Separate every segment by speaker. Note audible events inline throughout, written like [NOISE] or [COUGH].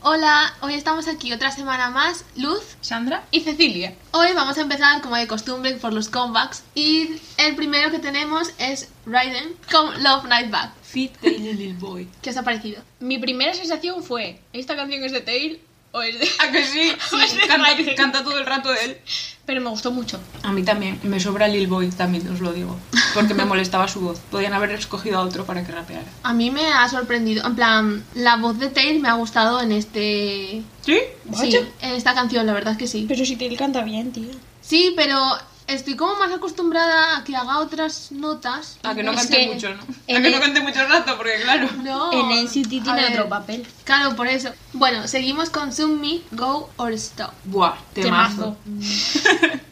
Speaker 1: Hola, hoy estamos aquí otra semana más, Luz
Speaker 2: Sandra.
Speaker 1: y Cecilia. Hoy vamos a empezar como de costumbre por los comebacks y el primero que tenemos es Raiden con Love Night Back.
Speaker 2: Fit Daily Lil Boy.
Speaker 1: ¿Qué os ha parecido?
Speaker 3: Mi primera sensación fue, ¿esta canción es de Tail o es de...?
Speaker 2: ¿A Ah, que [LAUGHS] sí?
Speaker 3: Sí,
Speaker 2: canta,
Speaker 3: vale.
Speaker 2: canta todo el rato él.
Speaker 3: Pero me gustó mucho.
Speaker 2: A mí también. Me sobra Lil Boy, también os lo digo. Porque me molestaba su voz. Podían haber escogido a otro para que rapeara.
Speaker 1: A mí me ha sorprendido, en plan, la voz de Tail me ha gustado en este...
Speaker 2: ¿Sí?
Speaker 1: Sí, en esta canción, la verdad es que sí.
Speaker 3: Pero si Tail canta bien, tío.
Speaker 1: Sí, pero estoy como más acostumbrada a que haga otras notas.
Speaker 2: A que no
Speaker 3: Es
Speaker 2: cante
Speaker 3: que-
Speaker 2: mucho, ¿no? A
Speaker 3: en
Speaker 2: que no
Speaker 3: el-
Speaker 2: cante mucho rato, porque claro.
Speaker 1: No.
Speaker 3: En NCT
Speaker 1: Oh, a
Speaker 3: tiene
Speaker 1: ver.
Speaker 3: otro papel.
Speaker 1: Claro, por eso. Bueno, seguimos con Zoom Me, Go or Stop.
Speaker 2: Buah, temazo.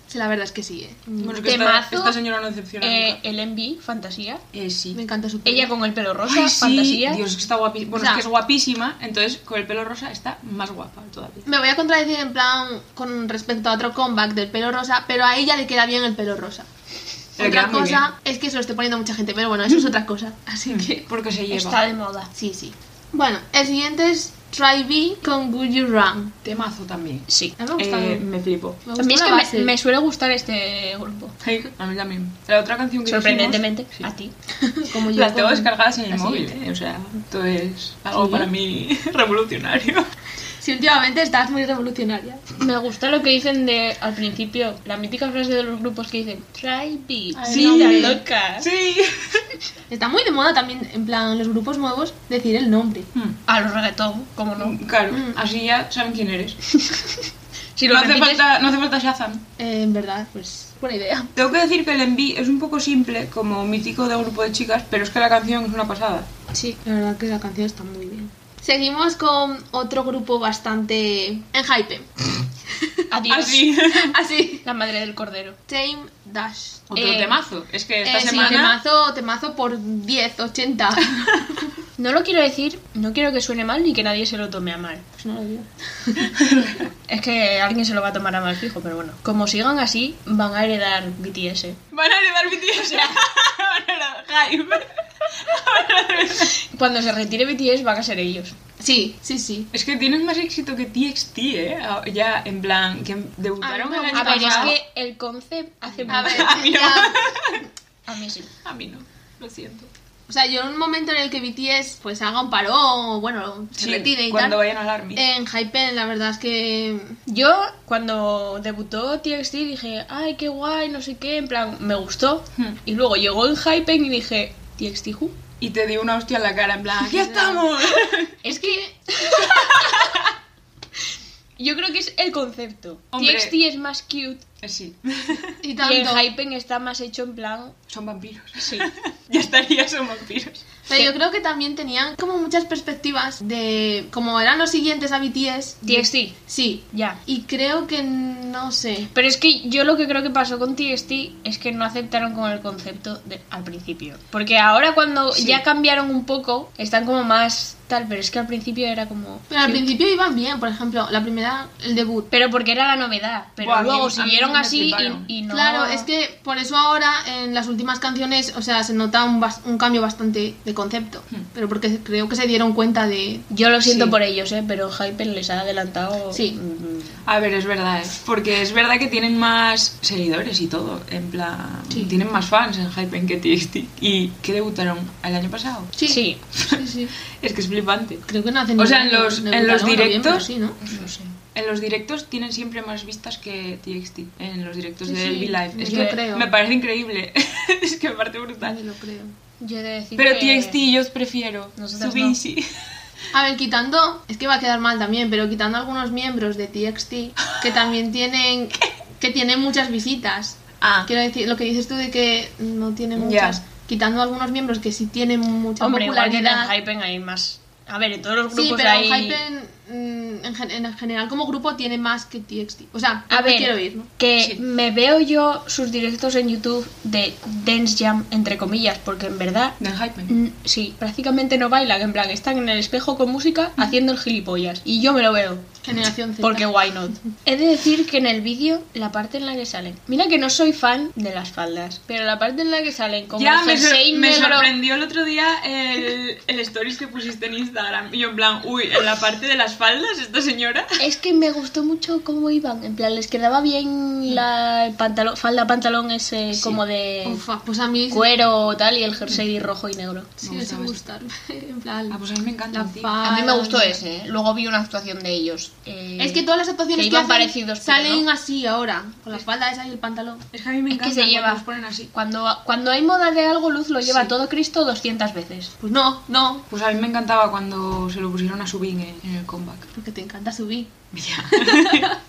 Speaker 1: Sí, la verdad es que sí, ¿eh?
Speaker 3: Mm.
Speaker 2: Bueno, es que esta,
Speaker 3: Temazo.
Speaker 2: esta señora no decepciona
Speaker 3: Eh,
Speaker 2: nunca.
Speaker 3: el MV, Fantasía.
Speaker 2: Eh, sí.
Speaker 1: Me encanta su pelo.
Speaker 3: Ella con el pelo rosa,
Speaker 2: Ay, sí.
Speaker 3: Fantasía.
Speaker 2: Dios, es que está guapísima. Bueno,
Speaker 1: O sea-
Speaker 2: es que es guapísima, entonces con el pelo rosa está más guapa todavía.
Speaker 1: Me voy a contradecir en plan con respecto a otro comeback del pelo rosa, pero a ella le queda bien el pelo rosa.
Speaker 3: Eh,
Speaker 2: Le queda
Speaker 1: otra
Speaker 2: muy
Speaker 1: cosa es que se lo esté poniendo mucha gente, pero bueno, eso es otra cosa.
Speaker 3: Mm.
Speaker 1: Así que...
Speaker 2: [LAUGHS] Porque se lleva.
Speaker 3: Está de moda.
Speaker 1: Sí, sí. Bueno, el siguiente es Try B con Would You Run.
Speaker 2: Temazo también.
Speaker 3: Sí.
Speaker 1: A mí me ha gustado.
Speaker 2: Eh, me flipo.
Speaker 1: Me
Speaker 3: A mí es
Speaker 1: gusta
Speaker 3: que
Speaker 1: la
Speaker 3: me-
Speaker 1: base.
Speaker 3: me, suele gustar este grupo.
Speaker 2: Ay, a mí también. La otra canción que
Speaker 3: Sorprendentemente,
Speaker 2: dijimos- Sí.
Speaker 3: a ti.
Speaker 1: [LAUGHS] Como yo
Speaker 2: Las tengo
Speaker 1: con-
Speaker 2: descargadas en el
Speaker 3: Así
Speaker 2: móvil,
Speaker 3: es.
Speaker 2: ¿eh? O sea, esto es algo
Speaker 1: Sí.
Speaker 2: para mí [LAUGHS] revolucionario.
Speaker 1: Sí, últimamente estás muy revolucionaria.
Speaker 3: Me gusta lo que dicen de al principio, la mítica frase de los grupos que dicen Try beat,
Speaker 2: Ay,
Speaker 3: sí,
Speaker 2: no,
Speaker 3: la
Speaker 2: sí.
Speaker 3: loca.
Speaker 2: Sí.
Speaker 1: Está muy de moda también, en plan, los grupos nuevos, decir el nombre.
Speaker 2: Hmm.
Speaker 3: A los reggaetón, como no.
Speaker 2: Claro,
Speaker 1: Mm.
Speaker 2: así ya saben quién eres.
Speaker 3: Si lo
Speaker 2: No hace,
Speaker 3: repites-
Speaker 2: falta, no hace falta Shazam.
Speaker 1: Eh, en verdad, pues, buena idea.
Speaker 2: Tengo que decir que el enví es un poco simple, como mítico de un grupo de chicas, pero es que la canción es una pasada.
Speaker 1: Sí, la verdad que la canción está muy bien. Seguimos con otro grupo bastante en hype. [LAUGHS]
Speaker 3: Adiós.
Speaker 2: Así.
Speaker 1: Eh, Así.
Speaker 3: La madre del cordero.
Speaker 1: Tame Dash.
Speaker 2: Otro
Speaker 3: Eh,
Speaker 2: temazo. Es que esta
Speaker 1: Eh, sí,
Speaker 2: semana.
Speaker 1: temazo, temazo por 10, 80.
Speaker 3: No lo quiero decir, no quiero que suene mal ni que nadie se lo tome a mal.
Speaker 1: [LAUGHS] Pues no lo digo.
Speaker 3: Es que alguien se lo va a tomar a mal fijo, pero bueno. Como sigan así, van a heredar BTS.
Speaker 2: [LAUGHS] Van a heredar mi tío. O sea, [LAUGHS] van a heredar Hype. [LAUGHS]
Speaker 3: Cuando se retire BTS van a ser ellos.
Speaker 1: Sí, sí,
Speaker 2: [LAUGHS]
Speaker 1: sí.
Speaker 2: Es que tienen más éxito que TXT, ¿eh? Ah, Ya, en plan, que debutaron
Speaker 1: A mí me
Speaker 2: el año
Speaker 3: A ver, es
Speaker 2: pasado.
Speaker 3: que el concept hace
Speaker 1: A ver,
Speaker 3: mucho-
Speaker 2: A mí no.
Speaker 1: ya-
Speaker 3: A mí sí.
Speaker 2: A mí no, lo siento.
Speaker 1: o sea, yo en un momento en el que BTS pues haga un parón, o bueno, se retire y
Speaker 2: cuando
Speaker 1: tal.
Speaker 2: vayan al ARMY.
Speaker 1: En hype, la verdad es que
Speaker 3: Yo, cuando debutó TXT, dije, ay, qué guay, no sé qué, en plan, me gustó.
Speaker 2: Hmm.
Speaker 3: Y luego llegó en Hypen y dije, TXT who?
Speaker 2: Y te di una hostia en la cara,
Speaker 1: [LAUGHS]
Speaker 2: en plan, ¡aquí estamos! [LAUGHS]
Speaker 3: Es que... [LAUGHS] Yo creo que es el concepto.
Speaker 2: Hombre.
Speaker 3: TXT es más cute
Speaker 1: [LAUGHS]
Speaker 2: sí,
Speaker 1: y
Speaker 3: y el
Speaker 1: tanto.
Speaker 3: Hypen está más hecho en plan...
Speaker 2: son vampiros.
Speaker 3: Sí.
Speaker 2: [LAUGHS] ya estaría, son vampiros.
Speaker 1: Pero
Speaker 3: Sí.
Speaker 1: yo creo que también tenían como muchas perspectivas de como eran los siguientes a BTS.
Speaker 3: TXT,
Speaker 1: Sí.
Speaker 3: ya.
Speaker 1: Y creo que no sé.
Speaker 3: Pero es que yo lo que creo que pasó con TXT es que no aceptaron con el concepto de- al principio. Porque ahora cuando
Speaker 2: Sí.
Speaker 3: ya cambiaron un poco, están como más tal, pero es que al principio era como...
Speaker 1: Pero al
Speaker 3: cute.
Speaker 1: principio iban bien, por ejemplo, la primera, el debut.
Speaker 3: Pero porque era la novedad. Pero
Speaker 2: Buah, a mí-
Speaker 3: luego
Speaker 2: a mí
Speaker 3: siguieron
Speaker 2: me
Speaker 3: así
Speaker 2: fliparon.
Speaker 3: y, y no.
Speaker 1: Claro, es que por eso ahora en las últimas canciones, o sea, se nota un, bas- un cambio bastante de concepto.
Speaker 2: Hmm.
Speaker 1: Pero porque creo que se dieron cuenta de.
Speaker 3: Yo lo siento
Speaker 2: Sí.
Speaker 3: por ellos, ¿eh? Pero Hyper les ha adelantado.
Speaker 1: Sí.
Speaker 3: Mm,
Speaker 2: A ver, es verdad, ¿eh? Porque es verdad que tienen más seguidores y todo. En plan,
Speaker 1: Sí.
Speaker 2: tienen más fans en Hype que TXT. ¿Y que debutaron el año pasado?
Speaker 1: Sí,
Speaker 3: Sí.
Speaker 1: sí,
Speaker 2: [LAUGHS]
Speaker 1: sí.
Speaker 2: Es que es flipante.
Speaker 1: Creo que no hacen
Speaker 2: O
Speaker 1: ni
Speaker 2: sea,
Speaker 1: un
Speaker 2: en
Speaker 1: año,
Speaker 2: los- en
Speaker 1: debutaron
Speaker 2: los
Speaker 1: noviembre,
Speaker 2: directos-
Speaker 1: Sí, ¿no?
Speaker 3: No sé.
Speaker 2: En los directos tienen siempre más vistas que TXT. En los directos
Speaker 1: Sí,
Speaker 2: de
Speaker 1: sí,
Speaker 2: LV Live. Es
Speaker 1: yo
Speaker 2: que
Speaker 1: creo.
Speaker 2: me parece increíble. [LAUGHS] es que me parece
Speaker 1: Nadie
Speaker 2: brutal.
Speaker 1: lo creo.
Speaker 3: Yo he de decir.
Speaker 2: Pero
Speaker 3: que-
Speaker 2: TXT yo os prefiero.
Speaker 3: Nosotras
Speaker 2: Subinsi.
Speaker 3: [LAUGHS]
Speaker 1: A ver, quitando, es que va a quedar mal también, pero quitando algunos miembros de TXT que también
Speaker 3: [LAUGHS]
Speaker 1: tienen que tienen muchas visitas.
Speaker 2: Ah,
Speaker 1: Quiero decir, lo que dices tú de que no tienen
Speaker 2: Ya.
Speaker 1: muchas, quitando algunos miembros que sí tienen mucha
Speaker 3: Hombre, igual que en
Speaker 1: popularidad.
Speaker 3: Hypen hay más. A ver, en todos los
Speaker 1: sí,
Speaker 3: grupos
Speaker 1: pero
Speaker 3: hay.
Speaker 1: Hype en, mm, en gen- en general como grupo tiene más que TXT. O sea,
Speaker 3: A
Speaker 1: ¿qué
Speaker 3: ver,
Speaker 1: quiero ir, ¿no?
Speaker 3: que
Speaker 2: Sí.
Speaker 3: me veo yo sus directos en YouTube de Dance Jam, entre comillas, porque en verdad,
Speaker 2: de Hype.
Speaker 3: mm, sí, prácticamente no bailan, en plan, están en el espejo con música haciendo el gilipollas. Y yo me lo veo,
Speaker 1: Generación Z.
Speaker 3: Porque why
Speaker 2: [LAUGHS]
Speaker 3: not? He de decir que en el vídeo, la parte en la que salen. Mira que no soy fan de las faldas, pero la parte en la que salen con
Speaker 2: Ya
Speaker 3: el
Speaker 2: me, sor-
Speaker 3: jersey
Speaker 2: me
Speaker 3: negro.
Speaker 2: sorprendió el otro día el, el stories que pusiste en Instagram. Y yo en plan, uy, en la parte de las las faldas esta señora?
Speaker 3: Es que me gustó mucho cómo iban. En plan, les quedaba bien la el pantalón, falda pantalón ese
Speaker 2: Sí.
Speaker 3: como de
Speaker 1: Ufa, pues a mí
Speaker 3: cuero o tal y el jersey rojo y negro.
Speaker 1: sí
Speaker 2: Me
Speaker 1: me
Speaker 2: gustaba
Speaker 1: gustar. [LAUGHS] En plan,
Speaker 2: Ah, pues a mí me encanta.
Speaker 1: la
Speaker 2: tío.
Speaker 1: falda.
Speaker 3: A mí me gustó ese. ¿eh? Luego vi una actuación de ellos. eh,
Speaker 1: Es que todas las actuaciones
Speaker 3: Que
Speaker 1: que,
Speaker 3: iban
Speaker 1: hacen
Speaker 3: parecidos, pero
Speaker 1: salen
Speaker 3: no.
Speaker 1: así ahora, con la falda esa y el pantalón.
Speaker 2: Es que a mí me
Speaker 3: Es que
Speaker 2: encanta
Speaker 3: se lleva.
Speaker 2: los ponen así.
Speaker 3: cuando, cuando hay moda de algo, Luz lo lleva
Speaker 2: Sí.
Speaker 3: todo Cristo 200 veces.
Speaker 1: Pues no, no,
Speaker 2: Pues a mí me encantaba cuando se lo pusieron a Subin en, en el comeback.
Speaker 1: porque te encanta subir.
Speaker 2: [LAUGHS]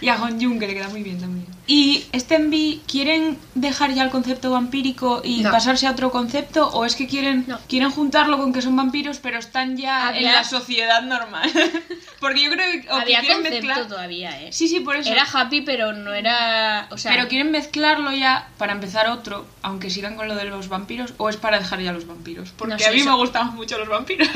Speaker 2: Y a Jung que le queda muy bien también. Y este envi ¿quieren dejar ya el concepto vampírico y
Speaker 3: No.
Speaker 2: pasarse a otro concepto? ¿O es que quieren,
Speaker 3: No.
Speaker 2: quieren juntarlo con que son vampiros pero están ya
Speaker 3: Había-
Speaker 2: en la sociedad normal? [LAUGHS] Porque yo creo que, o que
Speaker 3: Había
Speaker 2: quieren
Speaker 3: concepto
Speaker 2: mezclar...
Speaker 3: todavía, ¿eh?
Speaker 2: Sí, sí, por eso.
Speaker 3: Era happy, pero no era. O sea,
Speaker 2: Pero quieren mezclarlo ya para empezar otro, aunque sigan con lo de los vampiros, o es para dejar ya los vampiros. Porque
Speaker 3: No sé,
Speaker 2: a mí
Speaker 3: eso-
Speaker 2: me gustaban mucho los
Speaker 3: [LAUGHS]
Speaker 2: vampiros.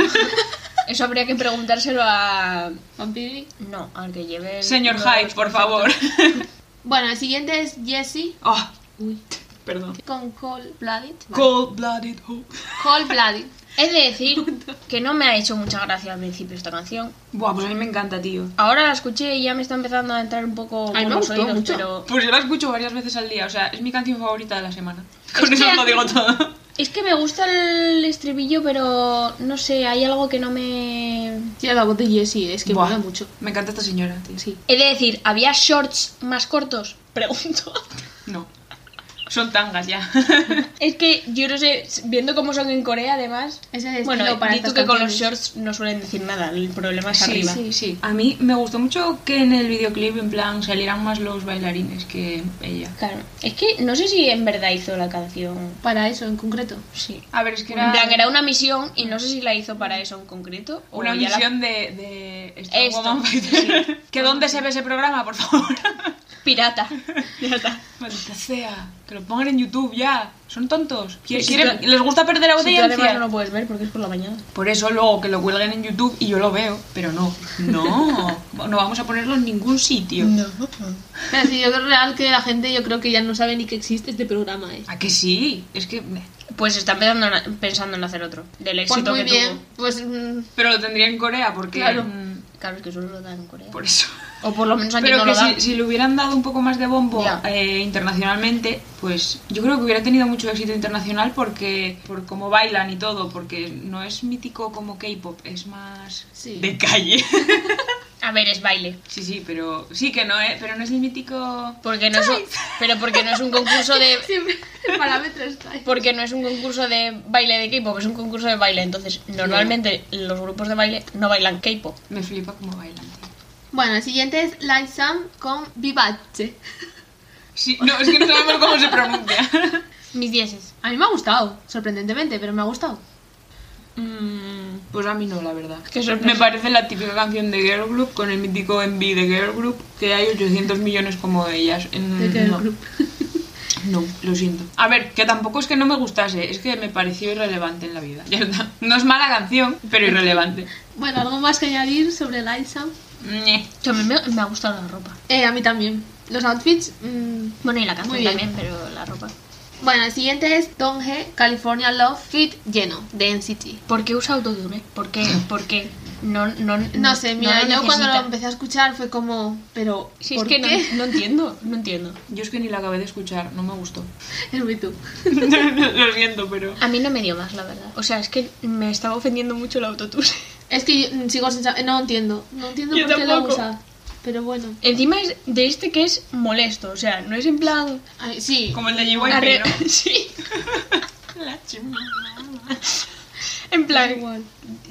Speaker 3: eso habría que preguntárselo a.
Speaker 1: Vampiri.
Speaker 3: No, al que lleve. el-
Speaker 2: Señor
Speaker 3: uno de los
Speaker 2: Hyde, por
Speaker 3: conceptos.
Speaker 2: favor. [LAUGHS]
Speaker 1: Bueno, el siguiente es Jessie.
Speaker 2: Ah,
Speaker 1: Uy.
Speaker 2: perdón.
Speaker 1: Con Cold Blooded.
Speaker 2: Cold blooded hoe.
Speaker 1: Cold [LAUGHS] Blooded.
Speaker 3: He de decir
Speaker 2: [LAUGHS]
Speaker 3: que no me ha hecho mucha gracia al principio esta canción.
Speaker 2: Buah, pues a mí me encanta, tío.
Speaker 3: Ahora la escuché y ya me está empezando a entrar un poco
Speaker 1: A mí
Speaker 3: por
Speaker 1: me
Speaker 3: los
Speaker 1: gustó
Speaker 3: oídos,
Speaker 1: mucho.
Speaker 3: pero
Speaker 2: Pues yo la escucho varias veces al día, o sea, es mi canción favorita de la semana. Con
Speaker 3: Es
Speaker 2: eso
Speaker 3: que
Speaker 2: os lo
Speaker 3: hace-
Speaker 2: digo
Speaker 3: [LAUGHS]
Speaker 2: todo.
Speaker 3: es que me gusta el estribillo, pero no sé, hay algo que no me
Speaker 1: Tía, la voz de Jessie es que
Speaker 2: Buah,
Speaker 1: mola mucho.
Speaker 2: Me encanta esta señora, tío.
Speaker 1: Sí.
Speaker 3: He de decir, ¿había shorts más cortos? [LAUGHS] Pregunto.
Speaker 2: No. Son tangas
Speaker 3: [LAUGHS]
Speaker 2: ya.
Speaker 3: Es que yo no sé, viendo cómo son en Corea además.
Speaker 1: Ese es el
Speaker 3: Bueno,
Speaker 1: estilo para
Speaker 3: y tú
Speaker 1: estas
Speaker 3: que con los
Speaker 1: canciones.
Speaker 3: shorts no suelen decir nada, el problema es arriba.
Speaker 1: sí.
Speaker 2: A mí me gustó mucho que en el videoclip, en plan, salieran más los bailarines que ella.
Speaker 3: Claro, es que no sé si en verdad hizo la canción.
Speaker 1: Para eso, en concreto.
Speaker 3: Sí.
Speaker 2: A ver, es que
Speaker 3: En
Speaker 2: era
Speaker 3: plan, era una misión y no sé si la hizo para eso en concreto. o
Speaker 2: una
Speaker 3: ya la-
Speaker 2: misión de, de Star
Speaker 3: Esto,
Speaker 2: Woman Fighter. [LAUGHS] ¿Que dónde se ve ese programa, por favor? [LAUGHS]
Speaker 3: Pirata. Ya está.
Speaker 2: Maldita sea. Que lo pongan en YouTube ya. Son tontos. ¿Qui-
Speaker 3: Sí,
Speaker 2: quieren-
Speaker 3: tú-
Speaker 2: ¿Les gusta perder
Speaker 3: Si tú
Speaker 2: audiencia?
Speaker 3: además no lo puedes ver porque es por la mañana.
Speaker 2: Por eso luego que lo cuelguen en YouTube y yo lo veo, pero no,
Speaker 3: [LAUGHS]
Speaker 2: no, no vamos a ponerlo en ningún sitio.
Speaker 1: Pero sí, yo creo real que la gente yo creo que ya no sabe ni que existe este programa. ¿eh?
Speaker 2: ¿A que sí? Es que...
Speaker 3: Pues están pensando en, pensando en hacer otro. Del
Speaker 1: Pues
Speaker 3: éxito
Speaker 1: muy
Speaker 3: que
Speaker 1: bien.
Speaker 3: tuvo.
Speaker 1: Pues mm,
Speaker 2: Pero lo tendría en Corea porque...
Speaker 1: Claro.
Speaker 2: mm,
Speaker 3: Claro, es que solo lo dan en Corea.
Speaker 2: Por eso.
Speaker 3: O por lo menos aquí
Speaker 2: Pero
Speaker 3: no
Speaker 2: que
Speaker 3: lo dan.
Speaker 2: si, si le hubieran dado un poco más de bombo
Speaker 3: Ya.
Speaker 2: eh, internacionalmente, pues yo creo que hubiera tenido mucho éxito internacional porque por cómo bailan y todo, porque no es mítico como K-pop, es más
Speaker 1: Sí.
Speaker 2: de calle. [LAUGHS]
Speaker 3: A ver, es baile.
Speaker 2: sí, sí, pero sí que no, ¿eh? Pero no es el mítico...
Speaker 3: Porque no es un,
Speaker 1: [LAUGHS]
Speaker 3: pero porque no es un concurso de
Speaker 1: siempre [LAUGHS] el parámetro está ahí.
Speaker 3: porque no es un concurso de baile de K-pop, es un concurso de baile, entonces normalmente los grupos de baile no bailan K-pop.
Speaker 2: Me flipa cómo bailan. tío.
Speaker 1: Bueno, el siguiente es Light Sam con Vivace.
Speaker 2: Sí, no, es que no sabemos cómo se pronuncia.
Speaker 3: Mis dieces.
Speaker 1: A mí me ha gustado, sorprendentemente, pero me ha gustado.
Speaker 2: Mm, pues a mí no, la verdad.
Speaker 3: Qué sorpresa.
Speaker 2: Me parece la típica canción de Girl Group con el mítico envy de Girl Group, que hay 800 millones como de ellas. Mm,
Speaker 1: De Girl
Speaker 2: no.
Speaker 1: Group.
Speaker 2: No, lo siento. A ver, que tampoco es que no me gustase, es que me pareció irrelevante en la vida. Ya está. No es mala canción, pero irrelevante.
Speaker 1: Bueno, algo más que añadir sobre Light Sam.
Speaker 2: Ñe.
Speaker 3: Que a mí me, me ha gustado la ropa.
Speaker 1: Eh, a mí también. Los outfits. mm,
Speaker 3: Bueno, y la canción
Speaker 1: Muy bien.
Speaker 3: también, pero la ropa.
Speaker 1: Bueno, el siguiente es Don G, California Love Fit Lleno, de NCT.
Speaker 3: ¿Por qué usa autotune? ¿Por qué? ¿Por qué? No, no,
Speaker 1: No sé, mira,
Speaker 3: lo
Speaker 1: yo cuando lo
Speaker 3: necesita.
Speaker 1: empecé a escuchar fue como, pero
Speaker 3: Sí, es
Speaker 1: ¿por
Speaker 3: que no,
Speaker 1: qué?
Speaker 3: no entiendo, no entiendo.
Speaker 2: Yo es que ni la acabé de escuchar, no me gustó.
Speaker 1: [LAUGHS]
Speaker 2: [LAUGHS]
Speaker 1: Es muy tú.
Speaker 2: lo siento, pero...
Speaker 3: A mí no me dio más, la verdad. O sea, es que me estaba ofendiendo mucho el autotune.
Speaker 1: Es que yo, mm, sigo sin saber, no entiendo, no entiendo
Speaker 3: Yo
Speaker 1: por qué lo
Speaker 3: tampoco.
Speaker 1: usa. Pero bueno,
Speaker 3: [LAUGHS] Encima es de este que es molesto, o sea, no es en plan...
Speaker 1: Ay, sí,
Speaker 2: Como el de JYP,
Speaker 3: arre-
Speaker 2: ¿no?
Speaker 3: [LAUGHS] sí,
Speaker 2: La chimba.
Speaker 3: en
Speaker 1: da
Speaker 3: plan...
Speaker 1: igual.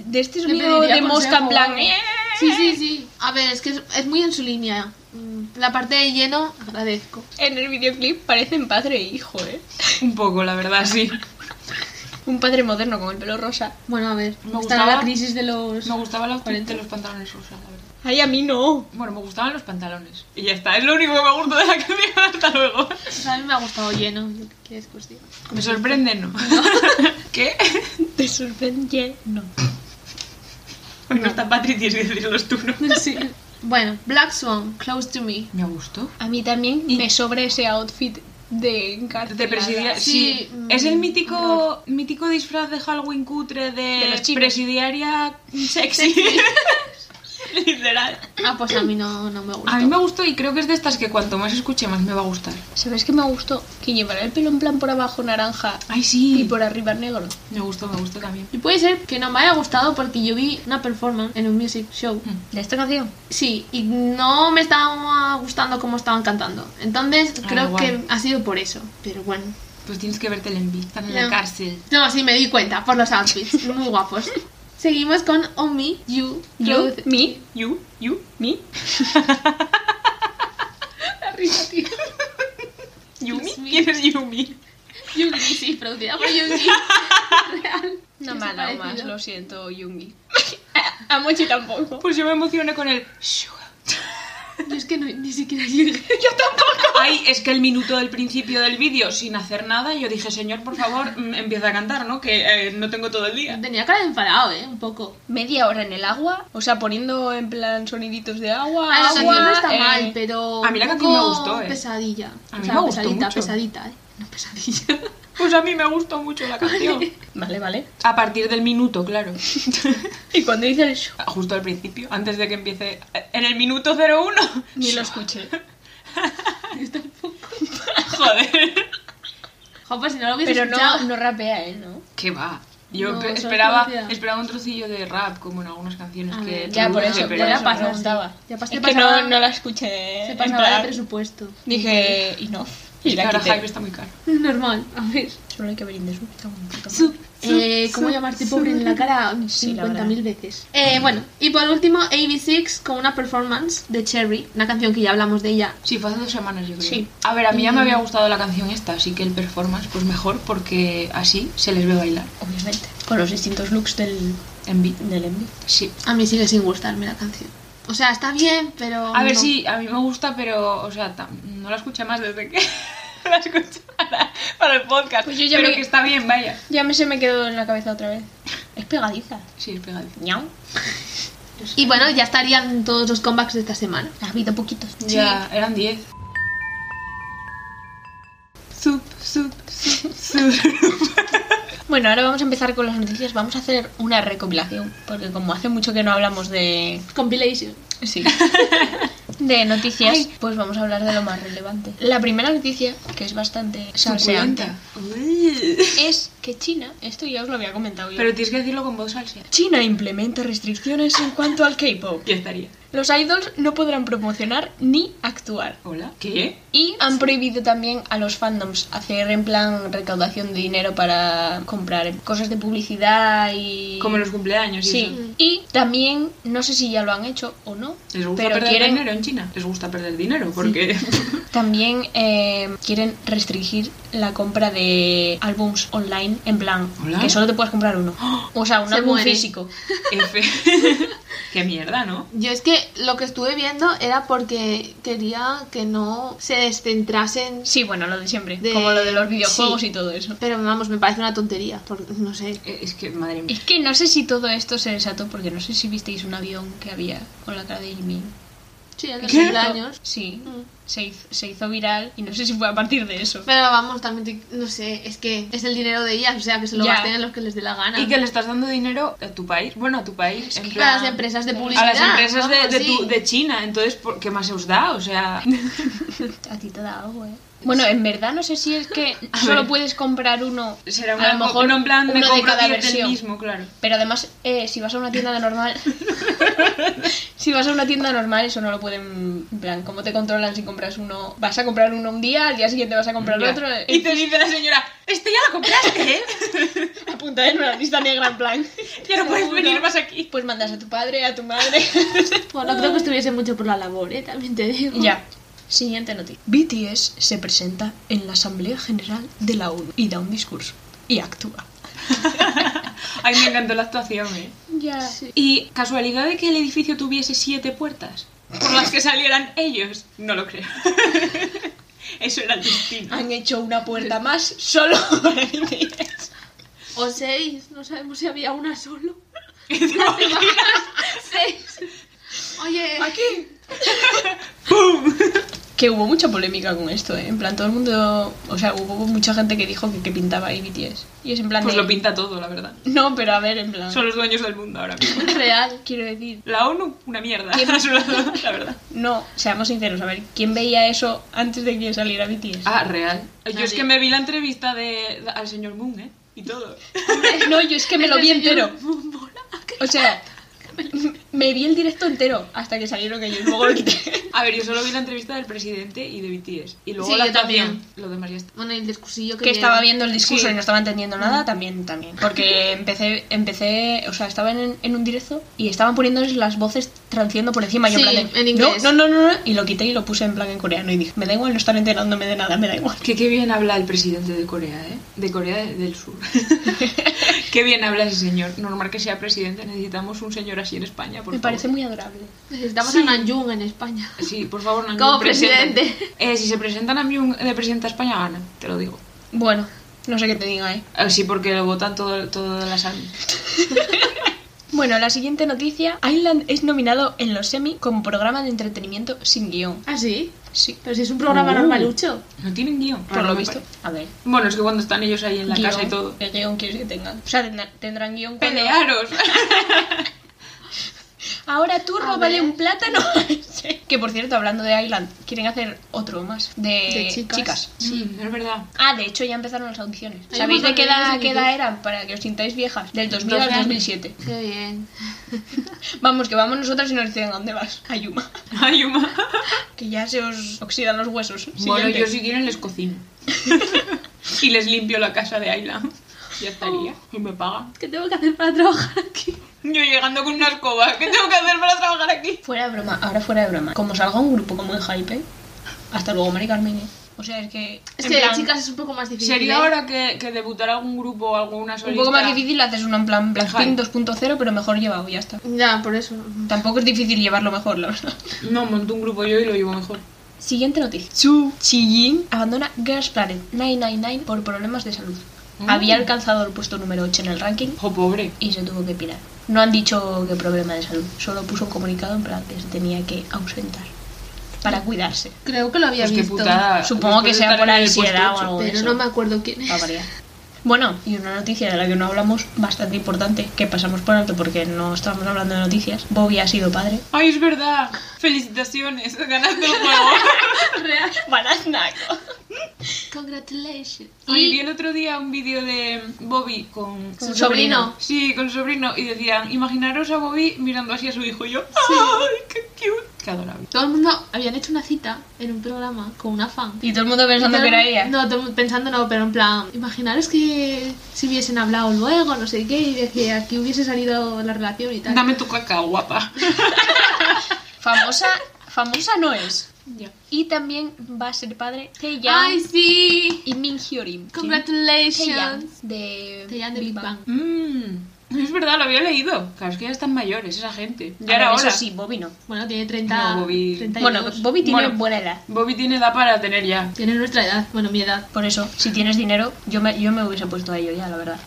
Speaker 3: De este
Speaker 1: Le
Speaker 3: sonido
Speaker 1: pediría
Speaker 3: de mosca en
Speaker 1: consejo.
Speaker 3: plan... "Eh".
Speaker 1: Sí, sí, sí. A ver, es que es, es muy en su línea. Mm, La parte de lleno, agradezco.
Speaker 3: En el videoclip parecen padre e hijo, ¿eh?
Speaker 2: Un poco, la verdad, sí.
Speaker 3: Un padre moderno con el pelo rosa.
Speaker 1: Bueno, a ver,
Speaker 2: Me
Speaker 1: está
Speaker 2: gustaba-
Speaker 1: la crisis de los...
Speaker 2: Me gustaba la outfit
Speaker 1: 40.
Speaker 2: de los pantalones rosas, la verdad.
Speaker 3: Ay, a mí no.
Speaker 2: Bueno, me gustaban los pantalones. Y ya está, es lo único que me gustó de la canción. [LAUGHS] Hasta luego.
Speaker 1: O sea, a mí me ha gustado lleno, lo que quieres que os
Speaker 2: [LAUGHS]
Speaker 1: diga.
Speaker 2: Me sorprende, [LAUGHS] ¿no? ¿Qué?
Speaker 3: Te sorprende. No.
Speaker 2: Pues No está Patri, tienes que decirlos tú, ¿no?
Speaker 1: Sí. Bueno, Black Swan, Close to Me.
Speaker 2: Me gustó.
Speaker 3: A mí también
Speaker 2: Y-
Speaker 3: me sobra ese outfit de encarcelada.
Speaker 2: De presidiaria. Sí.
Speaker 1: Sí, mm,
Speaker 2: es el mítico mítico disfraz de Halloween cutre de,
Speaker 3: De los chinos.
Speaker 2: presidiaria sexy. Literal.
Speaker 1: Ah, pues a mí no, no me gusta.
Speaker 2: [LAUGHS] A mí me gustó y creo que es de estas que cuanto más escuche, más me va a gustar.
Speaker 3: ¿Sabes qué me gustó? Que llevará el pelo en plan por abajo naranja
Speaker 2: Ay,
Speaker 3: y
Speaker 2: sí.
Speaker 3: por arriba negro.
Speaker 2: Me gustó, me gustó también.
Speaker 1: Y puede ser que no me haya gustado porque yo vi una performance en un music show.
Speaker 3: ¿De esta canción?
Speaker 1: Sí, y no me estaba gustando cómo estaban cantando. Entonces
Speaker 2: Ah,
Speaker 1: creo
Speaker 2: guay.
Speaker 1: que ha sido por eso. Pero bueno.
Speaker 2: Pues tienes que verte el envi. Están en
Speaker 1: Ya.
Speaker 2: la cárcel.
Speaker 1: No, sí, me di cuenta por los outfits.
Speaker 2: [LAUGHS]
Speaker 1: Muy guapos. Seguimos con Oh Me, You,
Speaker 3: Yo,
Speaker 1: Clothes.
Speaker 3: mi,
Speaker 2: You, you,
Speaker 3: mi. La risa, tío.
Speaker 2: Yumi.
Speaker 1: Yumi.
Speaker 2: ¿Quién es [LAUGHS] Yumi?
Speaker 1: Yungi, sí, producida por
Speaker 2: [LAUGHS]
Speaker 1: Yungi. Real.
Speaker 3: No
Speaker 1: Es
Speaker 3: me ha dado
Speaker 1: parecido.
Speaker 3: más, lo siento, Yumi. [LAUGHS] A Mochi tampoco.
Speaker 2: Pues yo me emocioné con el Sugar.
Speaker 1: Yo es que no- ni siquiera llegué.
Speaker 2: Ay, es que el minuto del principio del vídeo, sin hacer nada, yo dije, señor, por favor, mm, empieza a cantar, ¿no? Que eh, no tengo todo el día.
Speaker 1: Tenía cara de enfadado, ¿eh? Un poco.
Speaker 3: Media hora en el agua, o sea, poniendo en plan soniditos de agua.
Speaker 1: Ah, la
Speaker 3: agua,
Speaker 1: canción no está
Speaker 3: eh,
Speaker 1: mal, pero.
Speaker 2: a mí la
Speaker 1: un
Speaker 2: canción me
Speaker 1: poco
Speaker 2: gustó, ¿eh?
Speaker 1: Pesadilla.
Speaker 2: A mí
Speaker 1: o sea,
Speaker 2: me gustó
Speaker 1: pesadita,
Speaker 2: mucho.
Speaker 1: pesadita, ¿eh? No pesadilla. [LAUGHS]
Speaker 2: Pues a mí me gustó mucho la [LAUGHS] canción.
Speaker 3: Vale, vale.
Speaker 2: A partir del minuto, claro.
Speaker 3: Y cuando hice el show,
Speaker 2: Justo al principio, antes de que empiece. eh, En el minuto 01.
Speaker 3: ni lo [LAUGHS] escuché.
Speaker 2: [LAUGHS] Joder.
Speaker 1: Jo, pues si no lo hubiese
Speaker 3: Pero no,
Speaker 1: escuchado.
Speaker 3: no rapea él, ¿no?
Speaker 2: ¿Qué va? Yo
Speaker 1: No,
Speaker 2: pe-
Speaker 1: solo
Speaker 2: esperaba,
Speaker 1: conocida.
Speaker 2: esperaba un trocillo de rap, como en algunas canciones
Speaker 1: A
Speaker 2: que...
Speaker 1: ver,
Speaker 3: Ya, por
Speaker 2: produce,
Speaker 3: eso,
Speaker 1: pero
Speaker 3: por
Speaker 1: ya
Speaker 3: eso
Speaker 1: pasa,
Speaker 3: me
Speaker 1: sí.
Speaker 3: gustaba.
Speaker 1: Ya pasa,
Speaker 3: es
Speaker 1: te
Speaker 3: que no,
Speaker 1: pasaba-
Speaker 3: no la escuché.
Speaker 1: Se
Speaker 3: en
Speaker 1: pasaba de
Speaker 3: plan,
Speaker 1: presupuesto.
Speaker 3: Dije, y no. Y
Speaker 2: Y
Speaker 3: la
Speaker 2: ahora
Speaker 3: quité.
Speaker 2: Hype está muy caro.
Speaker 1: [LAUGHS] Normal, a [LAUGHS] ver.
Speaker 3: Solo hay que ver Indesub, está muy puta madre.
Speaker 1: Eh, ¿Cómo llamarte pobre en la cara [LAUGHS]
Speaker 3: Sí, la
Speaker 1: 50.000 veces? Eh, bueno, y por último, AB6 con una performance de Cherry, una canción que ya hablamos de ella.
Speaker 2: Sí, fue hace dos semanas, yo creo.
Speaker 1: Sí. Mm.
Speaker 2: A ver, a mí ya me había gustado la canción esta, así que el performance, pues mejor, porque así se les ve bailar.
Speaker 3: Obviamente. Con los distintos looks del,
Speaker 2: En beat.
Speaker 3: del envi.
Speaker 2: Sí.
Speaker 1: A mí sigue sin gustarme la canción. O sea, está bien, pero.
Speaker 3: Ah,
Speaker 2: A ver,
Speaker 1: no.
Speaker 2: sí, a mí me gusta, pero, o sea, tam- no la escuché más desde que [LAUGHS] la escuché para, para el podcast.
Speaker 3: Pues yo ya
Speaker 2: pero
Speaker 3: me-
Speaker 2: que está bien, vaya.
Speaker 3: Ya me se me quedó en la cabeza otra vez. Es pegadiza.
Speaker 2: Sí, es pegadizo.
Speaker 3: Ñau.
Speaker 1: Y bueno, ya estarían todos los comebacks de esta semana.
Speaker 3: Ha habido poquitos.
Speaker 2: Ya, eran 10. Sup, sup, sup,
Speaker 3: [LAUGHS]
Speaker 2: sup.
Speaker 3: Bueno, ahora vamos a empezar con las noticias. Vamos a hacer una recopilación. Porque como hace mucho que no hablamos de.
Speaker 1: Compilation.
Speaker 3: Sí.
Speaker 2: [LAUGHS]
Speaker 3: De noticias, pues vamos a hablar de lo más relevante. La primera noticia, que es bastante salseante,
Speaker 2: Suculenta. Uy.
Speaker 3: es que China, esto ya os lo había comentado yo,
Speaker 2: Pero tienes que decirlo con voz salsa.
Speaker 3: China implementa restricciones en cuanto al K-pop.
Speaker 2: Ya estaría.
Speaker 3: Los idols no podrán promocionar ni actuar.
Speaker 2: Hola. ¿Qué?
Speaker 3: Y han prohibido también a los fandoms hacer en plan recaudación de dinero para comprar cosas de publicidad y...
Speaker 2: Como los cumpleaños. y eso.
Speaker 3: Sí. Y también, no sé si ya lo han hecho o no,
Speaker 2: Les gusta
Speaker 3: pero
Speaker 2: perder
Speaker 3: quieren,
Speaker 2: dinero en China. Les gusta perder dinero porque.
Speaker 3: también eh, quieren restringir la compra de álbums online en plan
Speaker 2: Hola.
Speaker 3: que solo te puedes
Speaker 2: [GASPS]
Speaker 3: comprar uno. O sea, un
Speaker 1: Se
Speaker 3: álbum
Speaker 1: muere.
Speaker 3: físico.
Speaker 2: [LAUGHS]
Speaker 3: [LAUGHS]
Speaker 2: F. Qué mierda, ¿no?
Speaker 1: Yo es que lo que estuve viendo era porque quería que no se descentrasen.
Speaker 3: Sí, bueno, lo de siempre,
Speaker 1: De-
Speaker 3: como lo de los videojuegos
Speaker 1: sí.
Speaker 3: y todo eso.
Speaker 1: Pero vamos, me parece una tontería. por- no sé.
Speaker 2: Eh, Es que, madre mía.
Speaker 3: Es que no sé si todo esto se desató porque no sé si visteis un avión que había con la cara de Jimmy.
Speaker 1: Sí, en los
Speaker 2: ¿Qué?
Speaker 1: cumpleaños.
Speaker 3: Sí,
Speaker 1: Mm.
Speaker 3: se hizo, se hizo viral y no sé si fue a partir de eso.
Speaker 1: Pero vamos, también, te- no sé, es que es el dinero de ellas, o sea, que se lo
Speaker 3: Ya.
Speaker 1: gasten en los que les dé la gana.
Speaker 2: Y que le estás dando dinero a tu país. Bueno, a tu país. en
Speaker 1: a
Speaker 2: plan-
Speaker 1: las empresas de publicidad.
Speaker 2: A las empresas de,
Speaker 1: vamos,
Speaker 2: de
Speaker 1: sí.
Speaker 2: tu- de China. Entonces, ¿por ¿qué más se os da? O
Speaker 3: [LAUGHS]
Speaker 2: sea.
Speaker 3: A ti te da algo, ¿eh? Bueno, en verdad no sé si es que solo
Speaker 2: ver.
Speaker 3: puedes comprar uno.
Speaker 2: Será
Speaker 3: a
Speaker 2: una
Speaker 3: lo mejor
Speaker 2: no en plan me
Speaker 3: uno de
Speaker 2: compro
Speaker 3: cada
Speaker 2: 10 del
Speaker 3: versión.
Speaker 2: mismo, claro.
Speaker 3: Pero además, eh, si vas a una tienda de normal. [LAUGHS] si vas a una tienda normal, eso no lo pueden. En plan, ¿cómo te controlan si compras uno? Vas a comprar uno un día, al día siguiente vas a comprar
Speaker 2: Ya.
Speaker 3: otro. eh,
Speaker 2: Y
Speaker 3: [LAUGHS]
Speaker 2: te dice la señora, este ya lo compraste, ¿eh?
Speaker 3: apunta en una lista negra, en plan. [LAUGHS]
Speaker 2: ya no puedes
Speaker 3: Seguro.
Speaker 2: venir más aquí.
Speaker 3: Pues mandas a tu padre, a tu madre.
Speaker 1: Bueno, no creo que estuviese mucho por la labor, ¿eh? También te digo.
Speaker 3: ya. Siguiente noticia. BTS se presenta en la Asamblea General de la ONU y da un discurso. Y actúa.
Speaker 2: Ay, me encantó la actuación, ¿eh?
Speaker 3: Ya.
Speaker 2: Y casualidad de que el edificio tuviese siete puertas por las que salieran ellos, no lo creo. [LAUGHS] Eso era el destino.
Speaker 3: Han hecho una puerta más solo [LAUGHS] para BTS.
Speaker 1: O seis, no sabemos si había una
Speaker 2: [LAUGHS]
Speaker 1: solo. seis. Oye,
Speaker 3: [LAUGHS] ¿Aquí?
Speaker 2: ¡Pum!
Speaker 3: Que hubo mucha polémica con esto, ¿eh? En plan, todo el mundo. O sea, hubo mucha gente que dijo que, que pintaba ahí BTS. Y es en plan.
Speaker 2: Pues
Speaker 3: de-
Speaker 2: lo pinta todo, la verdad.
Speaker 3: No, pero a ver, en plan.
Speaker 2: Son los dueños del mundo ahora mismo.
Speaker 3: Real, quiero decir.
Speaker 2: La ONU, una mierda.
Speaker 3: ¿Quién-
Speaker 2: [LAUGHS] la verdad.
Speaker 3: No, seamos sinceros, a ver, ¿quién veía eso antes de que saliera BTS?
Speaker 2: Ah, real. Yo es
Speaker 1: Nadie.
Speaker 2: que me vi la entrevista de, al señor Moon, ¿eh? Y
Speaker 3: [LAUGHS]
Speaker 2: todo.
Speaker 3: No, yo es que me lo vi entero. O sea, me vi el directo entero hasta que salieron que yo luego lo quité.
Speaker 2: A ver, yo solo vi la entrevista del presidente y de BTS. Y luego
Speaker 1: Sí,
Speaker 2: la
Speaker 1: yo también.
Speaker 2: actuación. Lo demás ya está.
Speaker 1: Bueno, y el discursillo que,
Speaker 3: Que estaba
Speaker 1: dieron.
Speaker 3: viendo el discurso
Speaker 2: Sí.
Speaker 3: y no estaba entendiendo nada, también, también. Porque empecé, empecé, o sea, estaba en, en un directo y estaban poniéndoles las voces traduciendo por encima. Yo
Speaker 1: Sí,
Speaker 3: en plan de,
Speaker 1: en
Speaker 3: "No,
Speaker 1: inglés".
Speaker 3: No, no, no, no, y lo quité y lo puse en plan en coreano y dije, me da igual no estar enterándome de nada, me da igual.
Speaker 2: Que qué bien habla el presidente de Corea, ¿eh? De Corea de-
Speaker 1: [LAUGHS]
Speaker 2: del Sur. qué bien habla ese señor. Normal que sea presidente, necesitamos un señor así en España, por
Speaker 3: Me
Speaker 2: favor.
Speaker 3: parece muy adorable.
Speaker 1: Necesitamos
Speaker 2: Sí.
Speaker 1: a Nanjung en España.
Speaker 2: Sí, por favor, Namjoon,
Speaker 1: Como
Speaker 2: preséntate.
Speaker 1: presidente.
Speaker 2: Eh, si se presentan a mí de presidente a España, gana, te lo digo.
Speaker 3: Bueno, no sé qué te diga, eh.
Speaker 2: Eh, Sí, porque lo votan todo- todas las armas.
Speaker 3: Bueno, la siguiente noticia. Island es nominado en los semi como programa de entretenimiento sin guión.
Speaker 1: ¿Ah, sí?
Speaker 3: Sí,
Speaker 1: Pero si es un programa
Speaker 2: Uh.
Speaker 1: normalucho.
Speaker 2: Ah, No tienen guión.
Speaker 3: por
Speaker 2: Raro,
Speaker 3: lo
Speaker 2: me
Speaker 3: visto.
Speaker 2: parece.
Speaker 3: A ver.
Speaker 2: Bueno, es que cuando están ellos ahí en la casa y todo.
Speaker 3: ¿Qué guión quieres que tengan? O sea, tendrán- tendrán guión cuando-
Speaker 2: ¡Pelearos!
Speaker 3: Ahora tú
Speaker 1: A
Speaker 3: róbale
Speaker 1: ver.
Speaker 3: un plátano. [LAUGHS] Sí. que por cierto, hablando de Island, quieren hacer otro más. De,
Speaker 1: De chicas.
Speaker 2: [LAUGHS] sí, [LAUGHS] es verdad.
Speaker 3: Ah, de hecho ya empezaron las audiciones.
Speaker 1: Hay
Speaker 3: ¿Sabéis
Speaker 1: un montón
Speaker 3: de qué
Speaker 1: de vídeos
Speaker 3: edad,
Speaker 1: en
Speaker 3: qué
Speaker 1: YouTube.
Speaker 3: edad eran? Para que os sintáis viejas. Del 2000 al
Speaker 1: 12 años.
Speaker 3: 2007.
Speaker 1: Qué bien.
Speaker 3: Vamos, que vamos nosotras y nos dicen, ¿a dónde vas? [LAUGHS] A Yuma.
Speaker 2: Ay, Uma.
Speaker 3: Que ya se os oxidan los huesos.
Speaker 2: Bueno,
Speaker 3: Siguiente.
Speaker 2: yo si quieren les cocino. [LAUGHS] y les limpio la casa de Ayla. Ya estaría. Oh, Y me pagan.
Speaker 1: ¿Qué tengo que hacer para trabajar aquí?
Speaker 2: Yo llegando con una escoba. ¿Qué tengo que hacer para trabajar aquí?
Speaker 3: Fuera de broma, ahora fuera de broma. Como salga un grupo como en Hype, hasta luego, Mari Carmen. ¿eh? O sea, es que.
Speaker 1: Es
Speaker 3: en
Speaker 1: que de
Speaker 3: plan,
Speaker 1: chicas es un poco más difícil.
Speaker 2: Sería
Speaker 1: ¿eh?
Speaker 2: ahora que, que debutara algún grupo o alguna
Speaker 3: Un
Speaker 2: solista.
Speaker 3: poco más difícil haces uno en plan Blackpink
Speaker 2: Hype.
Speaker 3: 2.0, pero mejor llevado, ya está.
Speaker 1: Ya, por eso.
Speaker 3: Tampoco es difícil llevarlo mejor, la verdad.
Speaker 2: No, monto un grupo yo y lo llevo mejor.
Speaker 3: Siguiente noticia. Chu Chi-Yin abandona Girls Planet 999 por problemas de salud.
Speaker 2: Mm.
Speaker 3: Había alcanzado el puesto número 8 en el ranking
Speaker 2: ¡Oh, pobre!
Speaker 3: y se tuvo que pirar. No han dicho qué problema de salud, solo puso un comunicado en plan que se tenía que ausentar para cuidarse.
Speaker 1: Creo que lo había
Speaker 2: Pues qué
Speaker 1: visto.
Speaker 2: putada.
Speaker 3: Supongo que
Speaker 2: Después de
Speaker 3: sea
Speaker 2: estar
Speaker 3: por
Speaker 2: en el
Speaker 3: ansiedad
Speaker 2: puesto
Speaker 3: o algo.
Speaker 1: Pero
Speaker 3: Eso.
Speaker 1: no me acuerdo quién es.
Speaker 3: Pa' variar. Bueno, y una noticia de la que no hablamos, bastante importante, que pasamos por alto porque no estábamos hablando de noticias. Bobby ha sido padre. [LAUGHS]
Speaker 2: ocho. ¡Ay, es verdad! ¡Felicitaciones! [LAUGHS] ¡Ganaste el
Speaker 3: [LAUGHS]
Speaker 2: juego!
Speaker 1: [LAUGHS] Real.
Speaker 3: Bananaco.
Speaker 1: Congratulations.
Speaker 2: Y
Speaker 1: Y-
Speaker 2: vi el otro día un vídeo de Bobby con...
Speaker 1: Con su sobrino.
Speaker 2: Sí, con su sobrino. Y decían, imaginaros a Bobby mirando así a su hijo. Y yo, ¡ay, qué cute! ¡Qué adorable!
Speaker 1: Todo el mundo habían hecho una cita en un programa con una fan.
Speaker 3: Y todo el mundo pensando
Speaker 1: Todo
Speaker 3: que
Speaker 1: el-
Speaker 3: era ella.
Speaker 1: No, todo el mundo- pensando no, pero en plan, imaginaros que si hubiesen hablado luego, no sé qué, y de que aquí hubiese salido la relación y tal.
Speaker 2: Dame tu caca,
Speaker 3: [LAUGHS]
Speaker 2: guapa.
Speaker 3: Famosa, famosa no es.
Speaker 2: Ya.
Speaker 3: Y también va a ser padre Taeyang
Speaker 1: ¡Ay, sí!
Speaker 3: y Min Hyorin. Taeyang
Speaker 1: Congratulations.
Speaker 3: de,
Speaker 1: Te llaman de Big Bang.
Speaker 2: Mmm. Es verdad, lo había leído. Claro, es que ya están mayores esa gente. Ya
Speaker 3: A
Speaker 2: era
Speaker 3: ver,
Speaker 2: hora.
Speaker 3: Ah, Eso sí, Bobby no.
Speaker 1: Bueno, tiene 30.
Speaker 2: No, Bobby-
Speaker 1: 32.
Speaker 3: Bueno, Bobby tiene
Speaker 2: Bueno.
Speaker 3: buena edad.
Speaker 2: Bobby tiene edad para tener ya.
Speaker 1: Tiene nuestra edad, bueno, mi edad.
Speaker 3: Por eso, si tienes dinero, yo me, yo me hubiese puesto a ello ya, la verdad.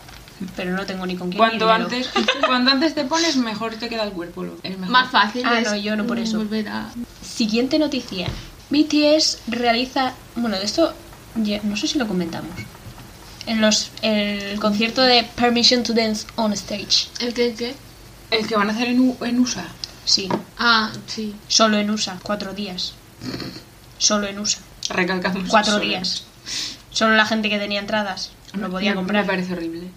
Speaker 3: Pero no tengo ni con quién. ni
Speaker 2: Cuanto
Speaker 3: dinero. [LAUGHS]
Speaker 2: antes, cuanto antes te pones, mejor te queda el cuerpo. lo- Es mejor.
Speaker 1: Más fácil.
Speaker 3: Ah,
Speaker 1: es mm,
Speaker 3: no, yo no por eso.
Speaker 1: Volver a...
Speaker 3: Siguiente noticia. BTS realiza... Bueno, de esto ya- no sé si lo comentamos. En los, el concierto de Permission to Dance on Stage.
Speaker 1: ¿El qué? el qué?
Speaker 2: El que van a hacer en, U- en USA.
Speaker 3: Sí,
Speaker 1: Ah, [LAUGHS] sí.
Speaker 3: solo en USA, cuatro días. Solo en USA,
Speaker 2: Recalcamos.
Speaker 3: cuatro
Speaker 2: Solo.
Speaker 3: días. Solo la gente que tenía entradas no podía
Speaker 2: Me-
Speaker 3: comprar.
Speaker 2: Me parece horrible.